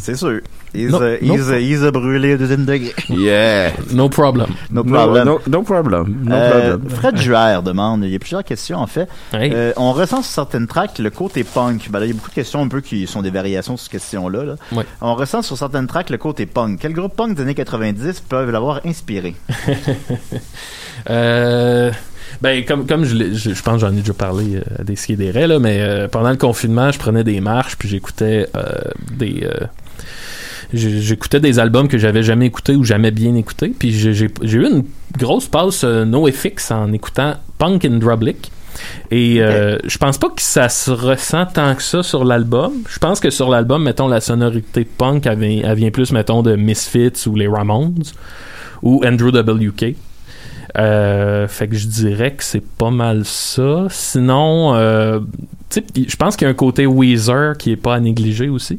C'est sûr. Ils
Mm. Non,
a,
non.
ils a- ils a brûlé au deuxième degré.
Yeah,
No problem.
No
no,
problem.
no, no problem, Uh, no
Euh,
problem.
Fred Juher demande, il y a plusieurs questions en fait.
Hey.
Euh, on ressent sur certaines tracks le côté punk. Ben là, il y a beaucoup de questions un peu qui sont des variations sur cette question-là. là.
Ouais.
On ressent sur certaines tracks le côté punk. Quel groupe punk des années 90 peuvent l'avoir inspiré
Euh, ben, comme, comme je, l'ai- je, je pense que j'en ai déjà parlé euh, à des ski des raies, là, mais euh, pendant le confinement, je prenais des marches puis j'écoutais euh, des. euh, j'ai- J'écoutais des albums que j'avais jamais écoutés ou jamais bien écoutés. Puis j'ai j'ai- j'ai eu une grosse passe no NoFX en écoutant Punk and Drublic. Et euh, je pense pas que ça se ressent tant que ça sur l'album. Je pense que sur l'album, mettons, la sonorité punk, elle vient, elle vient plus, mettons, de Misfits ou les Ramones ou Andrew W.K. Euh, fait que je dirais que c'est pas mal ça. Sinon, euh, tu sais, je pense qu'il y a un côté Weezer qui est pas à négliger aussi.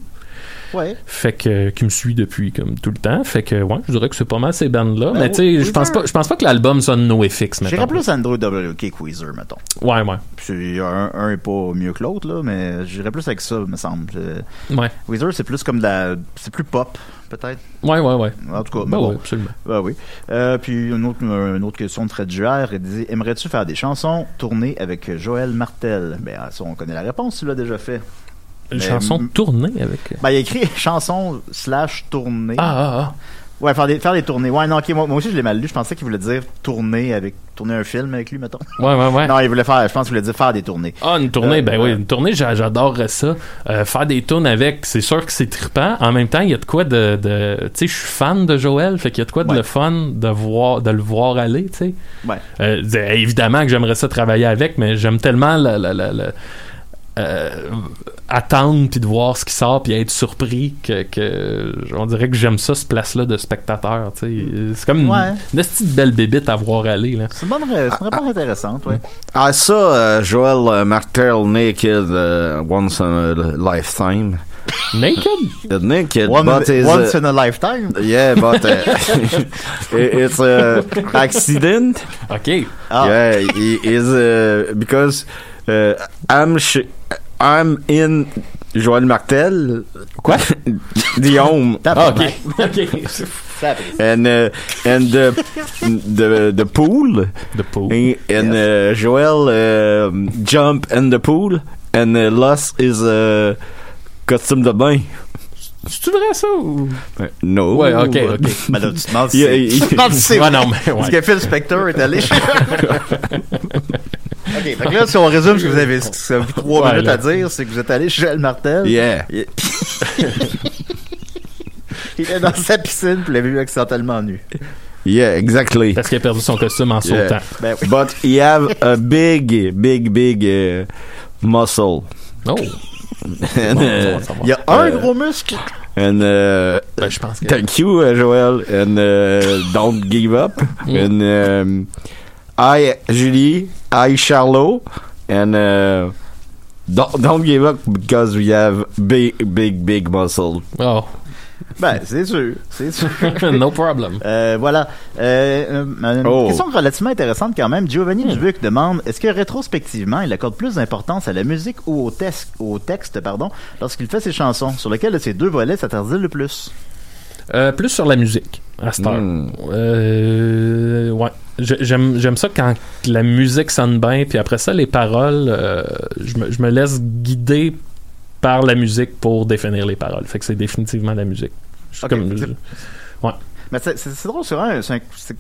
Ouais.
Fait que qui me suit depuis comme tout le temps. Fait que ouais, je dirais que c'est pas mal ces bandes là.
Ben,
mais tu sais, je pense
Weezer.
pas, je pense pas que l'album sonne NoFX
J'irais
maintenant.
plus Andrew WK Queezer, mettons.
Ouais, ouais,
Puis un, un est pas mieux que l'autre, là, mais j'irais plus avec ça, me semble. Euh,
ouais,
Weezer, c'est plus comme de la. C'est plus pop, peut-être.
ouais, ouais, ouais.
En tout cas, mais
Ben
bon.
ouais, absolument.
Ben oui. Euh, puis une autre, une autre question de Fred Juher, il dit Aimerais-tu faire des chansons tournées avec Joël Martel Ben, ah, ça, on connaît la réponse, tu l'as déjà fait.
Une
Mais-
chanson tournée avec. euh,
Ben, il a écrit chanson slash tournée.
Ah, ah, ah.
Ouais, faire des, faire des tournées. Ouais, non, ok, moi, moi aussi je l'ai mal lu. Je pensais qu'il voulait dire tourner avec. tourner un film avec lui, mettons.
Ouais, ouais, ouais.
Non, il voulait faire. Je pense qu'il voulait dire faire des tournées.
Ah, une tournée,
Euh,
ben
euh,
oui, une tournée, j'a- j'adorerais ça. Euh, faire des tunes avec, c'est sûr que c'est trippant. En même temps, il y a de quoi de. de tu sais, je suis fan de Joël, fait qu'il y a de quoi de
Ouais.
le fun de, voir, de le voir aller, tu sais.
Ouais.
Euh, d- évidemment que j'aimerais ça travailler avec, mais j'aime tellement la. la- la- la- euh, attendre puis de voir ce qui sort puis être surpris que, que- on dirait que j'aime ça ce place là de spectateur tu sais. c'est comme une-
Ouais.
une, petite belle bébite à voir aller là
C'est une bonne ré- c'est une réponse intéressante, ouais.
Ah, ça, euh, Joel euh, Martel, Naked, euh, Once in a Lifetime.
naked
The Naked,
One-
but is,
once
uh,
euh,
in a lifetime.
Yeah, but uh, it- it's a accident.
ok
Ah.
Yeah, it is uh, because uh, I'm sh- I'm in Joël Martel.
Quoi?
the home
T'as
Ah,
pas
ok ok
ça, après.
and uh, and the the the pool
de peau
and uh, Joel um, jump in the pool and uh, lost is uh, costume de bain.
c'est vrai ça ou... euh,
No.
ouais ok ok
Mais là, tu te demandes si
Yeah,
c'est-
yeah.
tu te demandes si c'est-
Ouais, non, mais ouais.
Parce que Phil Spector est allé chez. OK, donc là, si on résume ce que vous avez, ce que vous avez trois
Ouais,
minutes
là.
à dire, c'est que vous êtes allé chez Joël Martel.
Yeah.
Il était dans sa piscine, puis il l'avait vu accidentellement nu.
Yeah. Exactly.
parce qu'il a perdu son costume en
Yeah.
sautant
Ben oui.
but he have a big, big, big uh, muscle.
oh
And,
ça
uh,
va, ça va.
Il y a un
Euh,
gros muscle.
and uh,
Ben, je pense que
thank you, uh, Joel, and uh, don't give up. And um, I, Julie, I, Charlot, and uh, don't don't give up because we have big, big, big muscle.
oh
Ben, c'est sûr. C'est sûr.
no problem
Euh, voilà. Euh, euh, une
Oh.
question relativement intéressante quand même. Giovanni Dubuc demande est-ce que rétrospectivement, il accorde plus d'importance à la musique ou au, tes- au texte pardon, lorsqu'il fait ses chansons Sur lequel de ces deux volets s'attarde-t-il le plus
Euh, plus sur la musique à cette
Hmm.
heure.
Mm.
Euh, ouais. Je- J'aime j'aime ça quand la musique sonne bien, puis après ça, les paroles, euh, je me- je me laisse guider par la musique pour définir les paroles. Fait que c'est définitivement la musique. Je suis
Ok,
comme-
c'est- Mais c'est- c'est c'est drôle, c'est vraiment- c'est un- c'est-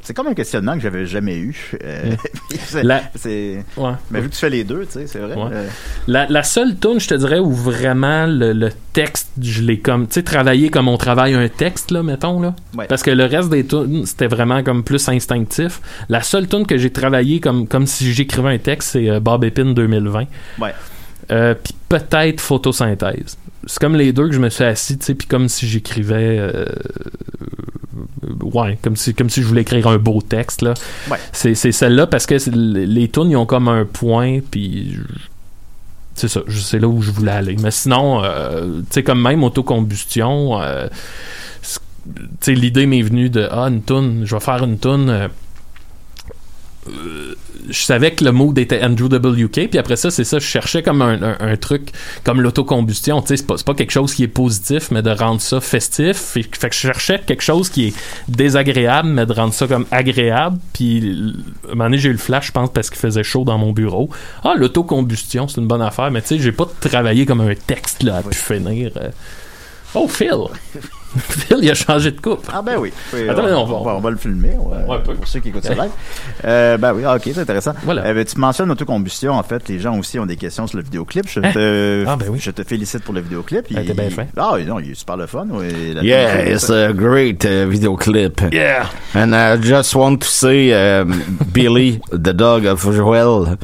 c'est comme un questionnement que j'avais jamais eu. Euh, c'est-
La-
c'est-
ouais.
Mais vu que tu fais les deux, tu sais, c'est vrai.
Ouais.
euh,
La, la seule tune, je te dirais, où vraiment le, le texte, je l'ai comme, tu sais, travaillé comme on travaille un texte, là, mettons, là.
Ouais.
Parce que le reste des tunes, c'était vraiment comme plus instinctif. La seule tune que j'ai travaillé comme, comme si j'écrivais un texte, c'est euh, Bob Epine 2020.
Ouais.
Euh, puis peut-être photosynthèse. C'est comme les deux que je me suis assis, tu sais, puis comme si j'écrivais, euh, euh, ouais, comme si, comme si je voulais écrire un beau texte là.
Ouais.
C'est, c'est celle-là parce que c'est- les tunes ils ont comme un point, puis c'est ça, je- c'est là où je voulais aller. Mais sinon, euh, tu sais, comme même autocombustion, euh, c'est- tu sais, l'idée m'est venue de ah, une toune, je vais faire une toune. euh, euh, je savais que le mood était Andrew WK, puis après ça, c'est ça, je cherchais comme un, un- un truc, comme l'autocombustion, tu sais, c'est pas, c'est pas quelque chose qui est positif, mais de rendre ça festif, fait, que- fait que je cherchais quelque chose qui est désagréable, mais de rendre ça comme agréable, puis l- à un moment donné, j'ai eu le flash, je pense, parce qu'il faisait chaud dans mon bureau, ah, l'autocombustion, c'est une bonne affaire, mais tu sais, j'ai pas travaillé comme un texte, là, à pu finir. euh. Oh, Phil! Phil, il a changé de coupe.
Ah ben oui. Oui,
Attends,
on,
on va-
on va- on va le filmer on va-
Ouais, un peu.
pour ceux qui écoutent ça live. Euh, ben oui, ah, ok, c'est intéressant.
Voilà.
Euh, ben, tu mentionnes l'autocombustion, en fait, les gens aussi ont des questions sur le vidéoclip. Je
Hein?
te,
Ah, ben oui.
je te félicite pour le vidéoclip.
Ah, t'es bien fin.
Ah non, il est super le fun. Oui, la-
Yeah, it's a great uh, video clip. Yeah. And I just want to say, um, Billy, the dog of Joel,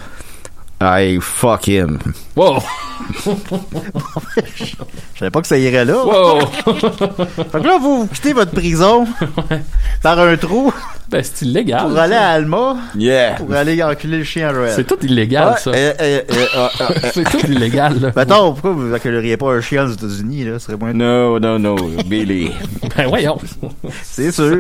I fuck him.
Wow!
Je savais pas que ça irait là.
Wow!
Fait que là, vous quittez votre prison par un trou
ben, c'est illégal.
pour
ça.
aller à Alma
Yeah. Uh,
pour aller enculer le chien à Joël.
C'est tout illégal, ça. C'est tout illégal, là.
Ben attends, pourquoi vous accueilleriez pas un chien aux États-Unis, là? Ce serait moins...
No, no, no, Billy.
Ben, voyons.
C'est sûr.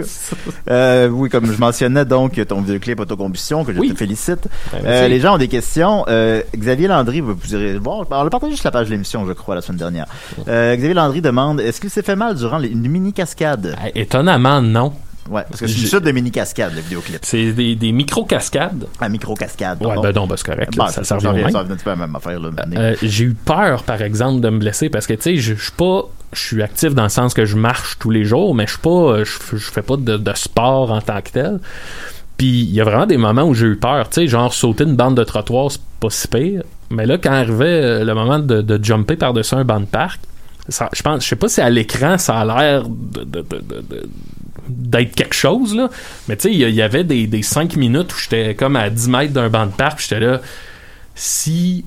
Euh, oui, comme je mentionnais, donc, ton vidéoclip Autocombustion, que je
Oui.
te félicite.
Ben,
Euh,
merci.
les gens ont des questions. Euh, Xavier Landry, vous, vous irez le voir. On l'a partagé sur la page de l'émission, je crois, la semaine dernière. Euh, Xavier Landry demande, est-ce qu'il s'est fait mal durant les- une mini-cascade?
Eh, Étonnamment, non.
Ouais, parce que c'est une
J'ai-
suite de mini-cascades, le vidéoclip.
C'est des, des micro-cascades.
Un micro-cascade,
Ouais,
pardon.
ben non, ben, c'est correct.
Ah Bon,
là, ça, ça revient au
revient-
même.
ça revient un petit peu à la même affaire, là. mais-
Euh, j'ai eu peur, par exemple, de me blesser parce que, tu sais, je je suis pas. Je suis actif dans le sens que je marche tous les jours, mais je suis pas. euh, Je f- je fais pas de, de sport en tant que tel. Puis il y a vraiment des moments où j'ai eu peur, tu sais, genre sauter une bande de trottoir, c'est pas si pire. Mais là, quand arrivait euh, le moment de, de jumper par-dessus un banc de parc, ça- je pense, je sais pas si à l'écran ça a l'air de- de- de- de- de- d'être quelque chose là, mais tu sais, il y, a- il y avait des, des cinq minutes où j'étais comme à 10 mètres d'un banc de parc, puis j'étais là, si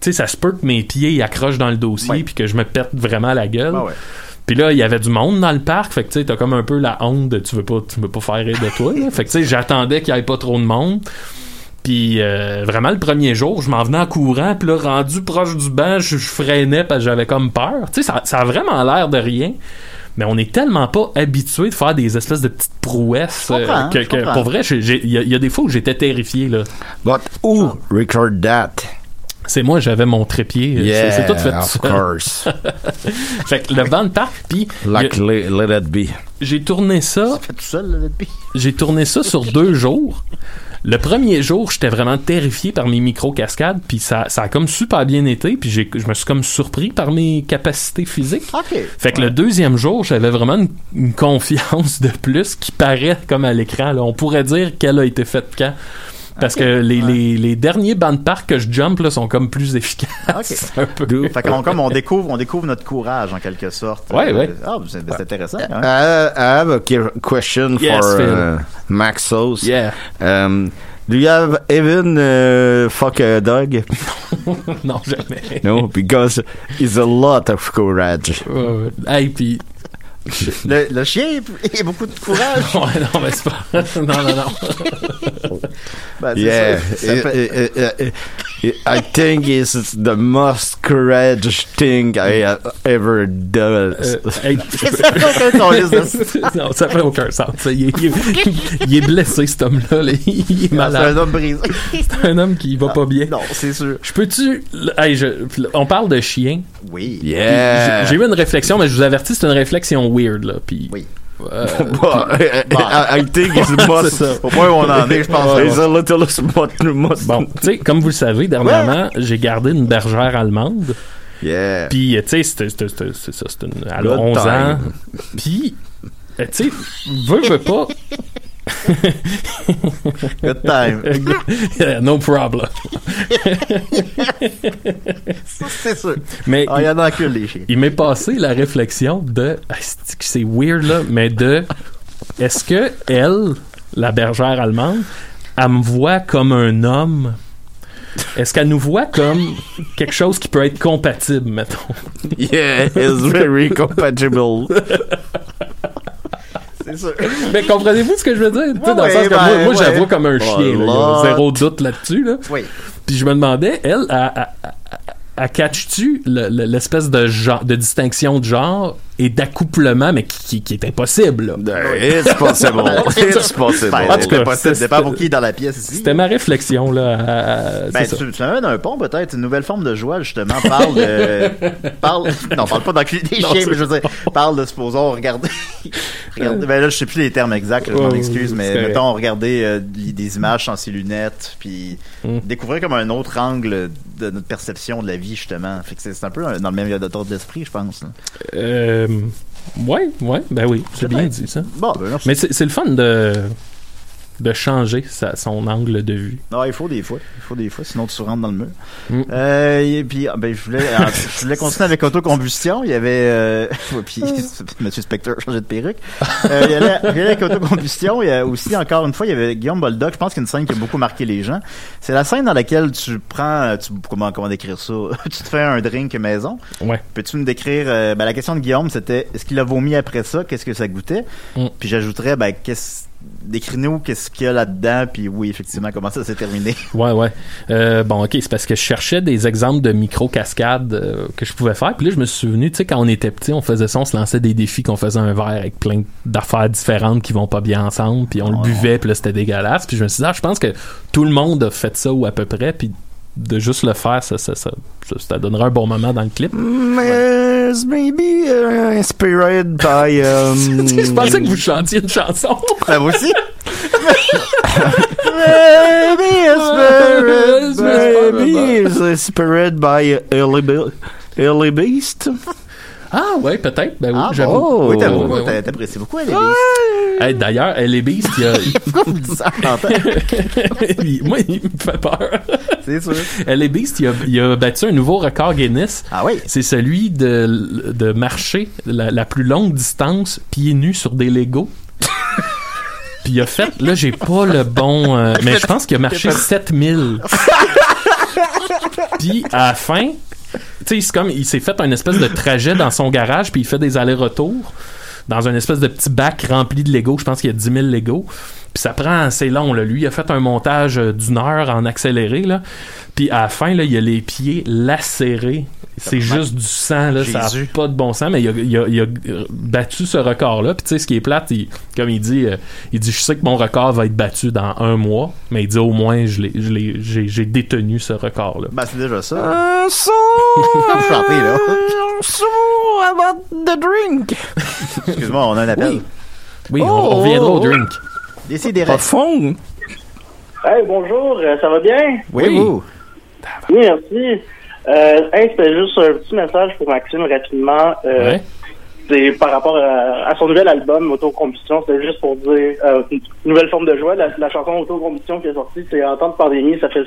sais, ça se peut que mes pieds ils accrochent dans le dossier
Ouais.
puis que je me pète vraiment la gueule.
Ben ouais.
Puis là, il y avait du monde dans le parc, fait que tu sais, t'as comme un peu la honte de tu veux pas, tu veux pas faire rire de toi. là. Fait que tu sais, j'attendais qu'il y ait pas trop de monde. Puis euh, vraiment le premier jour, je m'en venais en courant, puis là rendu proche du banc, je, je freinais parce que j'avais comme peur. Tu sais, ça, ça a vraiment l'air de rien. Mais on est tellement pas habitué de faire des espèces de petites prouesses euh,
Je comprends,
que,
je
que,
comprends.
pour vrai, j'ai- j'ai- il y, a- il y a des fois où j'étais terrifié là.
But who record that?
C'est moi, j'avais mon trépied. euh, C'est-
Yeah,
c'est tout fait.
of
tout seul.
course.
Fait que le banc de parc, puis
like
il y a-
let, let it be.
j'ai tourné ça
Fait tout seul, là, depuis.
j'ai tourné ça sur deux jours. Le premier jour, j'étais vraiment terrifié par mes micro-cascades, puis ça, ça a comme super bien été, puis j'ai- je me suis comme surpris par mes capacités physiques.
OK.
Fait que le deuxième jour, j'avais vraiment une, une confiance de plus qui paraît comme à l'écran. là. On pourrait dire qu'elle a été faite quand. Parce que les, les, les derniers bancs de parc que je jump là, sont comme plus efficaces. un peu.
Fait qu'on comme on découvre, on découvre notre courage en quelque sorte.
Ouais,
Euh,
ouais.
Ah, ben, c'est ben, c'est intéressant.
I,
hein.
I have a que- question
Yes,
for
Phil.
uh, Maxos.
Yeah.
Um, do you have even uh, fuck a dog?
non, jamais.
No, because it's a lot of courage.
Euh, hey, puis
Le, le chien, il y a beaucoup de courage.
Ouais, non, mais c'est pas. non, non, non.
Ben, c'est
Yeah,
ça, ça
it-
fait-
it- it- it- it- I think it's the most courage thing I have ever done.
Euh, hey,
ça fait aucun sens, là.
non, ça fait aucun sens. ça. Il est, il est- il est blessé, cet homme-là. là. Il est
C'est un
malade.
homme brisé.
C'est un homme qui va pas bien.
Non, c'est sûr.
Je peux-tu. hey, je- on parle de chien.
Oui.
Yeah.
J'ai- J'ai eu une réflexion, mais je vous avertis, c'est une réflexion weird. Là, puis,
Oui.
euh,
Well, I, I- I think it's most.
c'est ça.
Au point où on en est, je pense.
It's a little spot. Most.
Bon, tu sais, comme vous le savez, dernièrement, j'ai gardé une bergère allemande.
Yeah.
Puis, euh, tu sais, c'était- c'était- c'était- c'est ça, c'était une- elle a
Good
11
time.
ans. Puis, euh, tu sais, veux, veux pas,
Good time.
Yeah, euh, no problem.
Ça, c'est sûr.
Mais
Ah, il y en a que les chiens.
il m'est passé la réflexion de Ah, c'est que c'est weird là mais de est-ce que elle la bergère allemande elle me voit comme un homme est-ce qu'elle nous voit comme quelque chose qui peut être compatible mettons
Yeah, it's very compatible.
C'est sûr.
mais comprenez-vous ce que je veux dire Tu sais,
Ouais,
dans le sens que
ouais,
moi, moi,
ouais.
je la vois comme un chien là. Il y a
Voilà.
zéro doute là-dessus là.
Oui.
puis je me demandais elle à, catch-tu le- le- l'espèce de genre de distinction de genre et d'accouplement mais qui, qui- qui est impossible là.
It's possible. It's possible.
Ben,
En tout cas,
c'est possible.
c'est-
Dépend pour qui est dans la pièce ici.
C'était ma réflexion, là. à- à-
Ben,
c'est ça.
tu, tu m'amènes un pont, peut-être. Une nouvelle forme de joie, justement. Parle de. parle. Non, parle pas d'enculer des
Non,
chiens,
c'est-
mais je veux dire. Parle de, supposons, regarder. regarder ben là, je sais plus les termes exacts, là, je m'en
Ouais,
excuse,
ouais,
mais
c'est correct.
mettons, regarder euh, des des images sans ses lunettes, puis
Hmm.
découvrir comme un autre angle de notre perception de la vie, justement. Fait que c'est c'est un peu un- dans le même ordre d'esprit, je pense. là.
Euh, ouais, ouais, ben oui, c'est bien dit, ça.
Bon, ben, merci.
Mais c'est c'est le fun de de changer sa- son angle de vue.
Non, Ah, il faut des fois. Il faut des fois, sinon tu rentres dans le mur.
Mm.
Euh, et puis, ah, ben, je voulais, ah, je voulais continuer avec autocombustion. Il y avait, euh, ouais, puis, Monsieur Spectre a changé de perruque. Euh, il y avait, il y avait avec autocombustion. Il y a aussi, encore une fois, il y avait Guillaume Boldoc. Je pense qu'une scène qui a beaucoup marqué les gens. C'est la scène dans laquelle tu prends, euh, tu, comment, comment décrire ça? tu te fais un drink maison.
Ouais.
Peux-tu me décrire, euh, ben, la question de Guillaume, c'était, est-ce qu'il a vomi après ça? Qu'est-ce que ça goûtait?
Mm.
Puis j'ajouterais, ben, qu'est-ce, décris-nous qu'est-ce qu'il y a là-dedans, puis oui, effectivement, comment ça s'est terminé.
Ouais, ouais. Euh, bon, ok, c'est parce que je cherchais des exemples de micro-cascades euh, que je pouvais faire. Puis là, je me suis souvenu, tu sais, quand on était petit, on faisait ça, on se lançait des défis qu'on faisait un verre avec plein d'affaires différentes qui vont pas bien ensemble. Puis on le
Ouais.
buvait, puis là, c'était dégueulasse. Puis je me suis dit, ah, je pense que tout le monde a fait ça ou à peu près. Puis de juste le faire, ça, ça, ça, ça, ça donnera un bon moment dans le clip.
Mm.
It's maybe uh, inspired by. Um,
Tu sais, je pensais que vous chantiez une chanson.
Ça va aussi?
Maybe
inspired
inspired.
by-
Maybe it's inspired by uh, early, Be- early beast.
Ah ouais, peut-être. Ben oui,
Ah,
j'avoue.
bon. Oui,
Ouais,
t'avoue,
ouais, ouais.
t'a- t'apprécies beaucoup, elle est bise.
Hey, D'ailleurs, elle est beast, il y a-
Pourquoi vous me dites ça en temps?
il- moi, il me fait peur.
C'est sûr.
Elle est beast, il a, il a battu un nouveau record Guinness.
Ah oui?
C'est celui de, de marcher la, la plus longue distance pieds nus sur des Legos. Puis il a fait, là j'ai pas le bon, euh, mais je pense qu'il a marché 7000. Puis à la fin, tu sais, c'est comme il s'est fait un espèce de trajet dans son garage, puis il fait des allers-retours dans un espèce de petit bac rempli de Lego. Je pense qu'il y a 10 000 Lego. Puis ça prend assez long. Là. Lui, il a fait un montage euh, d'une heure en accéléré. Là. Puis à la fin, là, il a les pieds lacérés. C'est juste du sang. Là. Ça n'a
Jésus.
pas de bon sens, mais il a, il a- il a, euh, battu ce record-là. Puis tu sais, ce qui est plate, il- comme il dit, euh, il dit Je sais que mon record va être battu dans un mois, mais il dit Au moins, je l'ai- je l'ai- j'ai j'ai détenu ce record-là.
Ben, c'est déjà ça.
Un son.
chanter, là.
Un son about the drink.
Excuse-moi, on a un appel.
Oui, on,
Oh,
on reviendra
oh,
au
oh.
drink.
Euh, Décidez.
Pas de fond.
Hey, bonjour, euh, ça va bien?
Oui,
Oui.
vous.
Oui, merci. Euh, hey, c'était juste un petit message pour Maxime rapidement. Euh,
Ouais.
C'est par rapport à, à son nouvel album, Autocombustion. C'était juste pour dire euh, une nouvelle forme de joie. La, la chanson Autocombustion qui est sortie, c'est En temps de pandémie. Ça fait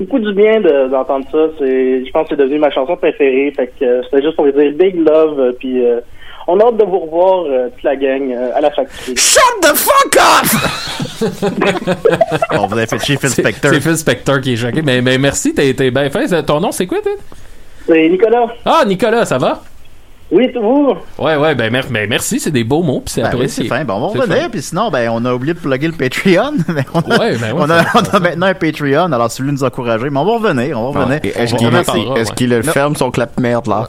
beaucoup du bien de- d'entendre ça. C'est, Je pense que c'est devenu ma chanson préférée. Fait que euh, c'était juste pour dire Big Love. euh, Puis euh, on a hâte de vous revoir, euh, toute la gang, euh, à la factory.
Shut the fuck up.
On vous a fait chier Phil
C'est
Spector.
c'est Phil Spector qui est choqué. Mais, mais merci, t'es t'es bien fait. Ça- Ton nom, c'est quoi, t'es?
C'est Nicolas.
Ah, Nicolas, ça va?
Oui, c'est vous?
Ouais, ouais, ben, mer- ben merci, c'est des beaux mots, puis c'est
Ben oui,
apprécié.
c'est fin. Bon, on
C'est
va revenir.
fin.
Puis sinon, ben, on a oublié de plugger le Patreon. Mais on a,
Ouais, ben ouais,
on a, on a maintenant un Patreon. Alors, si vous voulez nous encourager, mais on va revenir. On va revenir.
Et Oh, Est-ce
On
qu'il
va-
en parlera,
est-ce
ouais.
qu'il ferme son clap merde là?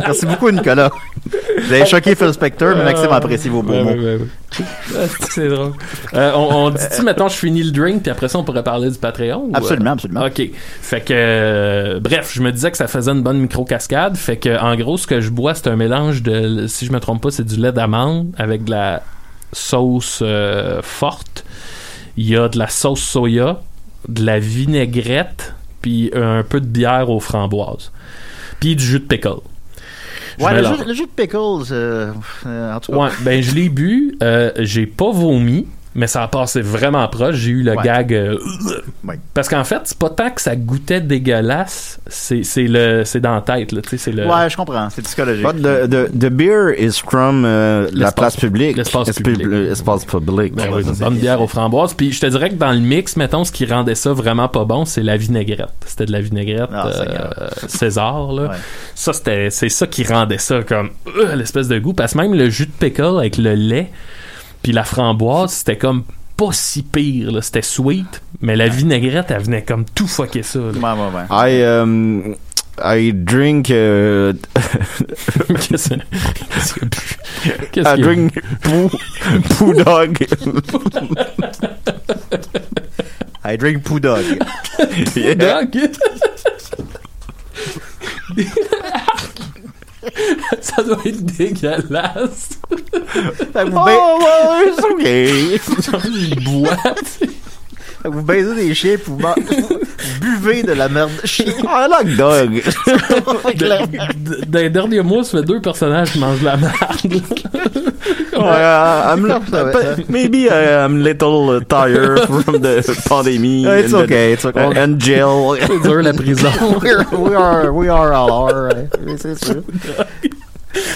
Merci beaucoup, Nicolas. Vous avez choqué Phil Spector, mais Maxime apprécie vos beaux
Euh, Ouais,
mots.
ouais, ouais, ouais. Ah, c'est drôle. Euh, on, on dit-tu, mettons, je finis le drink, puis après ça, on pourrait parler du Patreon? ou, euh?
Absolument, absolument.
OK. Fait que, euh, bref, je me disais que ça faisait une bonne micro-cascade. Fait que, en gros, ce que je bois, c'est un mélange de, si je me trompe pas, c'est du lait d'amande avec de la sauce euh, forte. Il y a de la sauce soya, de la vinaigrette, puis un peu de bière aux framboises. Puis du jus de pickle. Je
Ouais, le
mélange.
jeu, le jeu de Pickles, euh, euh, en tout cas.
Ouais, ben je l'ai bu, euh, j'ai pas vomi, mais ça a passé vraiment proche. J'ai eu le
Ouais.
gag. euh,
Ouais.
Parce qu'en fait, c'est pas tant que ça goûtait dégueulasse, c'est c'est le c'est dans la tête là, tu sais, c'est le.
Ouais, je comprends. C'est psychologique.
But the, the, the beer is from euh, la
L'espace-
place publique.
l'espace
Esp-
public.
euh, Espace public.
Ben oui,
ça,
une
c'est-
bonne bière aux framboises. Puis je te dirais que dans le mix, mettons, ce qui rendait ça vraiment pas bon, c'est la vinaigrette. C'était de la vinaigrette
Ah, c'est
euh, César. Là.
Ouais.
Ça, c'était, c'est ça qui rendait ça comme euh, l'espèce de goût. Parce que même le jus de pickle avec le lait, puis la framboise, c'était comme pas si pire. là. C'était sweet, mais la vinaigrette, elle venait comme tout fucker ça. là.
Ouais, ouais, ouais.
I, um, I drink. euh,
Qu'est-ce que- qu'est-ce qu'il y a bu? Qu'est-ce
I
qu'il y a bu?
drink poo, poo dog.
I drink poo dog.
Yeah.
Dog. Eh. ça doit être dégueulasse.
Fait que vous, ba-
Oh, well, it's okay.
Il boit.
fait que vous baisez des chiens, puis vous, man- vous buvez de la merde chien.
I like dog.
De- de- Dans les derniers mois, ça fait deux personnages qui mangent de la merde.
Yeah, I'm, but maybe I am little uh, tired from the pandemic.
It's
and the-
okay, it's okay.
and jail.
C'est dur la prison.
We're- hein. we are, we are all alright. Oui, c'est sûr.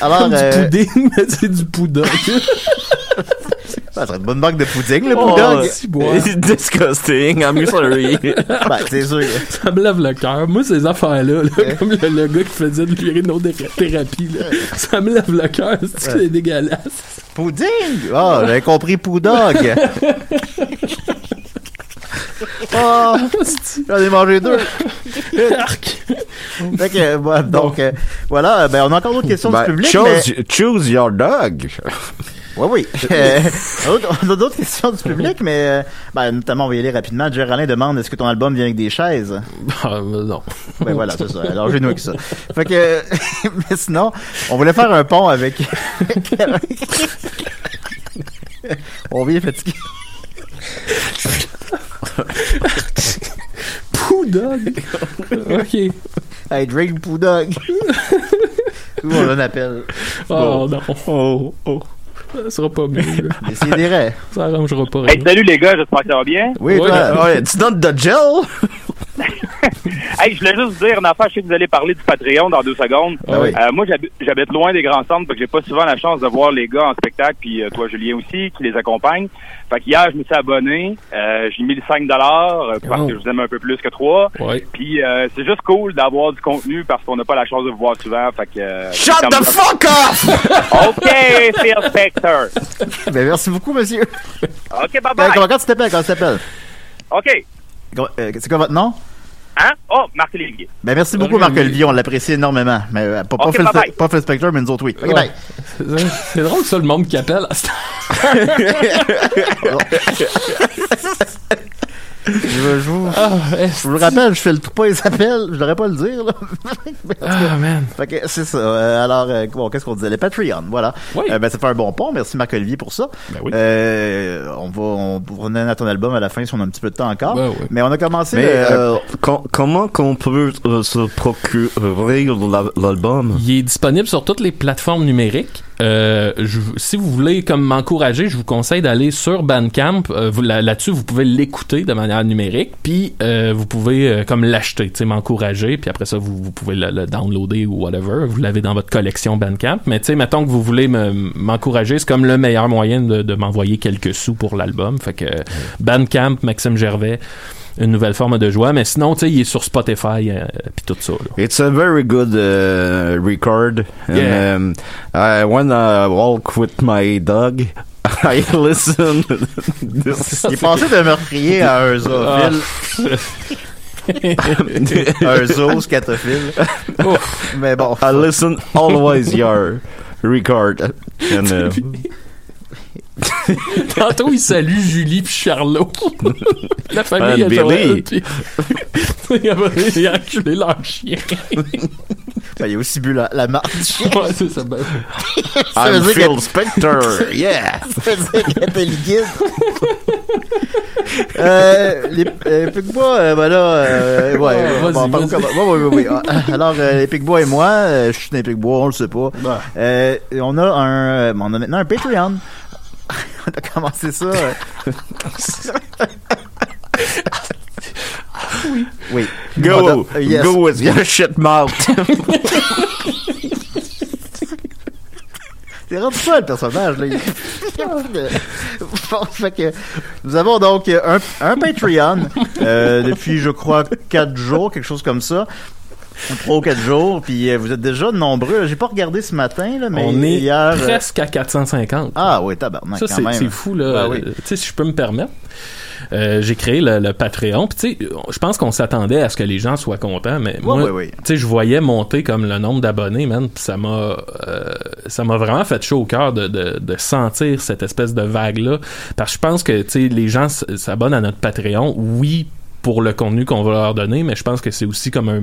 Alors,
Comme
euh,
du pudding, mais c'est du poudre.
ça serait Ah, une bonne banque de pudding, le
Oh,
poo dog.
si bois.
It's disgusting. I'm sorry.
Ben, c'est sûr.
ça me lève le cœur. Moi, ces affaires-là, là, comme le, le gars qui faisait de l'urinothérapie, là, ça me lève le cœur. C'est que c'est dégueulasse.
Pudding! Ah, j'avais compris poo dog. Oh,
C'est-tu-
j'en ai mangé deux.
Arc.
Fait que, euh, voilà, donc, euh, voilà, ben, on a encore d'autres questions
Ben,
du public. mais-
choose, choose your dog.
Oui, oui. Euh, autre- on a d'autres questions du public, mais euh, ben, notamment, on va y aller rapidement. Jerry Alain demande est-ce que ton album vient avec des chaises
Ah, mais non.
Ben voilà, c'est ça. Alors, j'ai nous avec ça. Fait que, mais sinon, on voulait faire un pont avec. on vient fatigué.
Poudre. ok.
Hey, Drake Poudog. Où on en appelle.
Oh non. Oh, oh. Ça sera pas mieux. là.
Décidérez.
Ça arrangera pas rien.
Hey, salut les gars, j'espère que ça va bien.
Oui,
Ouais,
toi.
Oh, it's not the gel.
Hey, je voulais juste vous dire une affaire. Je sais que vous allez parler du Patreon dans deux secondes.
Ah oui.
Euh, moi, j'habite- j'habite loin des grands centres, donc j'ai pas souvent la chance de voir les gars en spectacle, puis euh, toi, Julien aussi, qui les accompagne. Fait qu'hier, je me suis abonné. Euh, j'ai mis le 5 euh, parce
Oh.
que je vous aime un peu plus que 3.
Ouais.
Puis euh, c'est juste cool d'avoir du contenu parce qu'on n'a pas la chance de vous voir souvent. Fait que, euh,
Shut
comme-
the fuck up!
OK, Phil Spector.
Ben, merci beaucoup, monsieur.
OK,
Euh,
bye-bye.
Comment comment tu t'appelles? Comment tu t'appelles?
OK.
Comment- euh, C'est quoi votre nom?
Hein? Oh, Marc Lévy.
Ben, merci beaucoup, Marc-Olivier. On l'apprécie énormément. Mais, euh, pas, pas
Ok,
Phil-
bye-bye.
pas Phil Spector, mais nous autres, oui. Ok, ben,
Ouais.
bye.
C'est- C'est drôle, ça, le monde qui appelle. à cette heure.
Je, je vous,
Ah, est-ce-
je vous le rappelle, je filtre pas les appels. Je devrais pas le dire, là.
ah, man.
Fait que c'est ça. Euh, alors, euh, bon, qu'est-ce qu'on disait? Le Patreon, voilà.
Oui.
Euh, ben, ça fait un bon pont. Merci Marc-Olivier pour ça.
Ben oui.
Euh, on va, on, on a ton album à la fin si on a un petit peu de temps encore.
Ouais, ouais.
Mais on a commencé
Mais
le-
euh, com- comment qu'on peut euh, se procurer la- l'album?
Il est disponible sur toutes les plateformes numériques. Euh, je- si vous voulez comme m'encourager, je vous conseille d'aller sur Bandcamp. Euh, vous- là- Là-dessus, vous pouvez l'écouter de manière numérique, puis euh, vous pouvez euh, comme l'acheter, tu sais, m'encourager, puis après ça, vous, vous pouvez le, le downloader ou whatever. Vous l'avez dans votre collection Bandcamp. Mais tu sais, mettons que vous voulez me- m'encourager, c'est comme le meilleur moyen de, de m'envoyer quelques sous pour l'album. Fait que Bandcamp, Maxime Gervais, une nouvelle forme de joie. Mais sinon, tu sais, il est sur Spotify, euh, puis tout ça. là.
It's a very good uh, record.
Yeah.
And, um, I, when I walk with my dog, I listen. this,
il est passé d'un meurtrier à un zoophile, un zoo scatophile. Mais bon,
I listen always your record. And, uh,
Tantôt, il salue Julie puis Charlot. La famille
Ah,
a
Billy.
Puis... il a il a enculé leur chien.
ben, il a aussi bu la, la marque du chien.
Ouais, c'est ça. ben,
Ça veut
I'm
dire
Phil Spector. Yeah.
Ça veut dire qu'elle était liquide. euh, les euh, Picbois, euh, voilà, euh, ouais,
Ouais,
bon,
vas-y,
par-
vas-y.
comment- ouais, ouais, ouais, ouais. Ah, Alors, euh, les Picbois et moi, euh, je suis dans les Picbois, on le sait pas. Euh, et on a un, euh, on a maintenant un Patreon. on a commencé ça. euh. oui. Oui.
Go.
On a- euh, yes.
uh, Go with your shit mouth.
C'est rendu ça le personnage, là. Il- Bon, fait que nous avons donc un, un Patreon euh, depuis, je crois, quatre jours, quelque chose comme ça. Ou trois ou quatre jours, puis euh, vous êtes déjà nombreux. J'ai pas regardé ce matin, là, mais
on est
hier. euh,
presque à 450.
Ah oui, tabarnak,
ça,
quand
c'est
même.
c'est fou, là.
Ah oui.
Euh, Tu sais, si je peux me permettre. euh, j'ai créé le, le Patreon. Puis, tu sais, je pense qu'on s'attendait à ce que les gens soient contents, mais moi,
ouais, ouais.
tu sais, je voyais monter comme le nombre d'abonnés, man. Puis ça m'a, euh, ça m'a vraiment fait chaud au cœur de, de, de sentir cette espèce de vague-là. Parce que je pense que, tu sais, les gens s- s'abonnent à notre Patreon, oui, pour le contenu qu'on va leur donner, mais je pense que c'est aussi comme un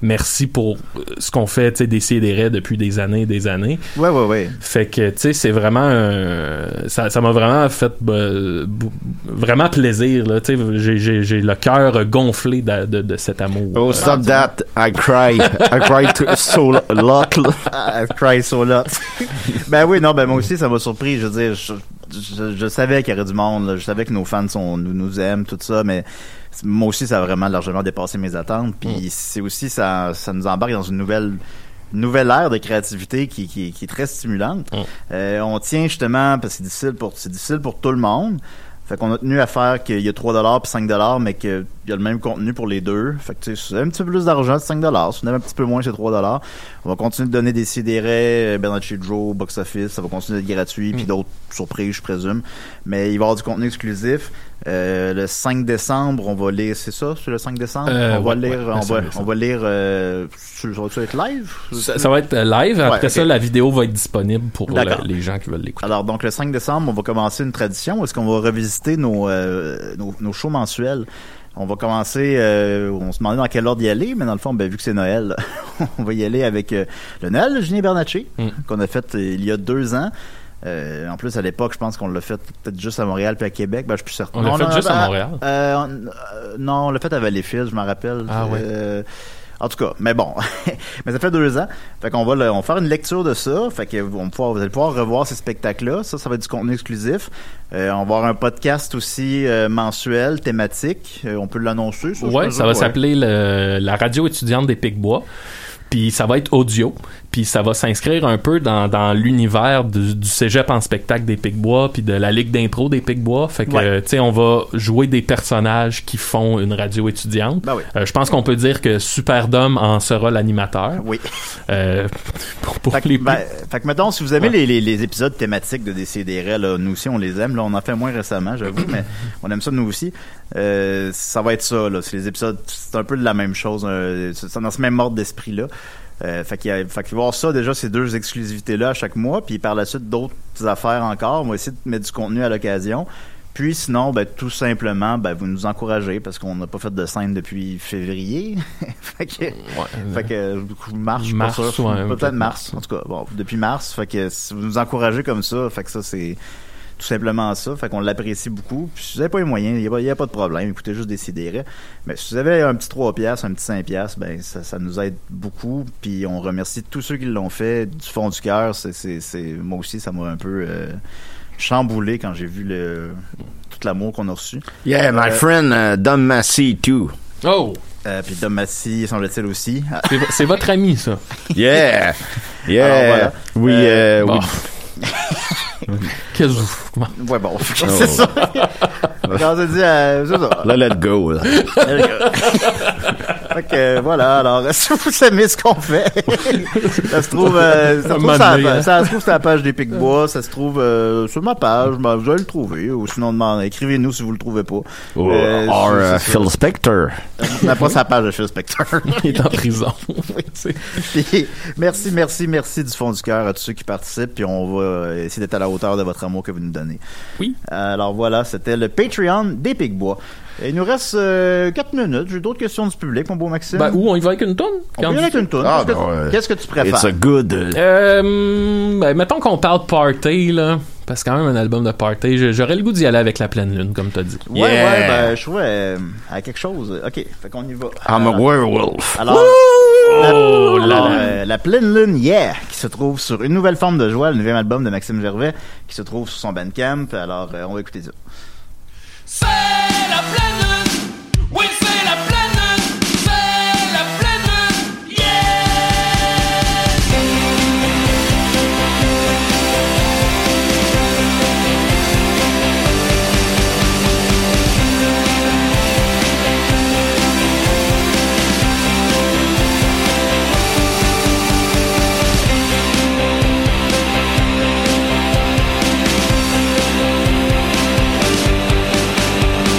merci pour euh, ce qu'on fait, tu sais, d'essayer des raids depuis des années et des années.
Ouais, ouais, ouais.
Fait que, tu sais, c'est vraiment un... Ça ça m'a vraiment fait euh, bou- vraiment plaisir, là. Tu sais, j'ai- j'ai j'ai le cœur gonflé d'a- de, de cet amour.
Oh, stop that. I cry. I cry to, so a lot.
I cry so lot. oh, ben oui, non, ben moi aussi, ça m'a surpris. Je veux dire, je, je- je savais qu'il y aurait du monde, là. je savais que nos fans sont, nous, nous aiment, tout ça, mais c- moi aussi, ça a vraiment largement dépassé mes attentes. Puis c'est aussi, ça, ça nous embarque dans une nouvelle nouvelle ère de créativité qui, qui, qui est très stimulante.
Mm.
Euh, on tient justement, parce que c'est difficile pour, c'est difficile pour tout le monde. Fait qu'on a tenu à faire qu'il y a 3 dollars puis 5 dollars, mais qu'il y a le même contenu pour les deux. Fait que tu sais, si vous avez un petit peu plus d'argent, c'est 5 dollars. Si vous en avez un petit peu moins, c'est 3 dollars. On va continuer de donner des sidérés, Bernacchi euh, Joe, Box Office. Ça va continuer d'être gratuit,
Mm.
puis d'autres surprises, je présume. Mais il va y avoir du contenu exclusif. Euh, le 5 décembre, on va lire, c'est ça, c'est le 5 décembre?
Euh,
on va
ouais,
lire,
ouais,
on,
le 5
va,
décembre.
on va lire, euh, sur- ça va-tu être live?
Ça, ça va être euh, live. Après
Ouais,
ça,
ok.
la vidéo va être disponible pour la-
D'accord.
les gens qui veulent l'écouter.
Alors, donc, le 5 décembre, on va commencer une tradition. Est-ce qu'on va revisiter nos, euh, nos, nos shows mensuels? On va commencer, euh, on se demandait dans quel ordre y aller, mais dans le fond, ben, vu que c'est Noël, on va y aller avec euh, le Noël de Julien Bernacci,
Mm.
qu'on a fait euh, il y a deux ans. Euh, en plus, à l'époque, je pense qu'on l'a fait peut-être juste à Montréal puis à Québec. Ben, je suis plus certain.
On l'a
Non,
fait
non,
juste
ben,
à Montréal.
euh, on- euh, non, on l'a fait à Valleyfield, je m'en rappelle.
Ah ouais.
Euh, En tout cas, mais bon, mais ça fait deux ans. Fait qu'on va, le- on va faire une lecture de ça. Fait que on va pouvoir- vous allez pouvoir revoir ces spectacles-là. Ça, ça va être du contenu exclusif. Euh, on va avoir un podcast aussi euh, mensuel, thématique. Euh, on peut l'annoncer. je
Ouais,
pense,
ça va s'appeler le- la radio étudiante des Picbois. Puis ça va être audio. Puis ça va s'inscrire un peu dans, dans l'univers du, du cégep en spectacle des Picbois, puis de la ligue d'impro des Picbois. Fait que,
Ouais.
euh, tu sais, on va jouer des personnages qui font une radio étudiante.
Ben
Euh, Je pense qu'on peut dire que Superdome en sera l'animateur. Euh,
Oui.
pour pour les
Ben, fait que mettons, si vous aimez les, les- les épisodes thématiques de DCDR, là, nous aussi on les aime. Là, on en fait moins récemment, j'avoue, mais on aime ça nous aussi. Euh, ça va être ça, là. C'est les épisodes, c'est un peu de la même chose. euh, c'est c'est dans ce même ordre d'esprit-là. Euh, fait qu'il y a- fait qu'il va y avoir ça déjà, ces deux exclusivités-là à chaque mois, puis par la suite d'autres affaires encore. On va essayer de mettre du contenu à l'occasion. Puis sinon, ben, tout simplement, ben, vous nous encouragez parce qu'on n'a pas fait de scène depuis février. fait que, fait que je marche, je suis pas
Mars,
sûr.
ouais,
peut-être
peut-être
mars. En tout cas, bon, depuis mars, fait que si vous nous encouragez comme ça, fait que ça c'est tout simplement ça, fait qu'on l'apprécie beaucoup. Puis si vous n'avez pas les moyens, il n'y a, pas de problème, écoutez juste décider. Mais si vous avez un petit 3 pièces, un petit 5 pièces, ben ça, ça nous aide beaucoup. Puis on remercie tous ceux qui l'ont fait du fond du cœur. C'est, c'est, c'est- moi aussi, ça m'a un peu euh, chamboulé quand j'ai vu le tout l'amour qu'on a reçu.
Yeah, my
Euh,
friend uh, Dom Massey, too.
Oh!
puis Dom Massy, semble-t-il aussi.
C'est votre ami, ça.
Yeah!
Alors,
Yeah! We, uh,
bon.
we-
Qu'est-ce que vous...
Ouais, bon, c'est ça. Quand on dit, euh, c'est ça.
Là, let go. là.
Fait que, euh, voilà, alors, si vous aimez ce qu'on fait, ça se trouve, euh, ça, se
Un
trouve sur la
moment donné,
pa-
hein.
ça se trouve sur la page des Picbois, ça se trouve euh, sur ma page, ben, vous allez le trouver, ou sinon, demandez- écrivez-nous si vous le trouvez pas.
Or,
Euh,
or, uh,
c'est- c'est-
Phil Spector.
c'est- on n'a pas sa page de Phil Spector.
Il est en prison. C'est-
Puis, merci, merci, merci du fond du cœur à tous ceux qui participent. Puis on va essayer d'être à la hauteur de votre amour que vous nous donnez.
Oui.
Alors voilà, c'était le Patreon des Picbois. Et il nous reste 4 minutes. J'ai d'autres questions du public, mon beau Maxime.
Ben, où on y va avec une tonne?
on peut y aller avec une toune.
Ah,
Qu'est-ce que-
ben ouais.
Qu'est-ce que tu préfères?
It's a good. uh,
Euh, ben, mettons qu'on parle party, là. Parce que quand même, un album de party, je- j'aurais le goût d'y aller avec la pleine lune, comme t'as dit.
Ouais,
Yeah.
ouais, ben, je trouvais euh, à quelque chose. OK, fait qu'on y va.
I'm a
Alors,
werewolf.
alors,
Oh là
alors,
là.
euh, la pleine lune, yeah, qui se trouve sur une nouvelle forme de joie, le neuvième album de Maxime Gervais, qui se trouve sur son Bandcamp. Alors, euh, on va écouter ça.
C'est la pleine lune, oui c'est la pleine lune, c'est la pleine lune, yeah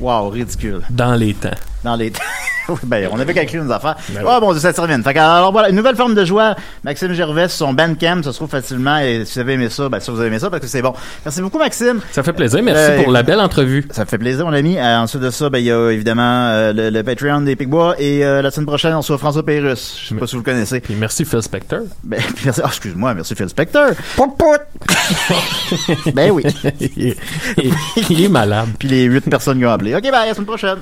Wow, ridicule.
Dans les temps.
Dans les temps. Oui, ben, on avait calculé nos affaires. oh mon dieu, ça termine. Fait que, alors voilà, une nouvelle forme de joie. Maxime Gervais, sur son Bandcamp, ça se trouve facilement. Et si vous avez aimé ça, ben, si vous avez aimé ça, parce que c'est bon. Merci beaucoup, Maxime.
Ça fait plaisir. Merci
Euh,
pour la belle entrevue.
Ça me fait plaisir, mon ami. Euh, ensuite de ça, ben, il y a évidemment euh, le, le Patreon des Picbois et euh, la semaine prochaine, on se voit François Pérusse. Je sais pas si vous le connaissez.
Puis merci Phil Spector.
Ben, merci. ah, excuse-moi, merci Phil Spector. ben oui.
il est malade.
Puis les huit personnes qui ont appelé. OK, bye, à la semaine prochaine.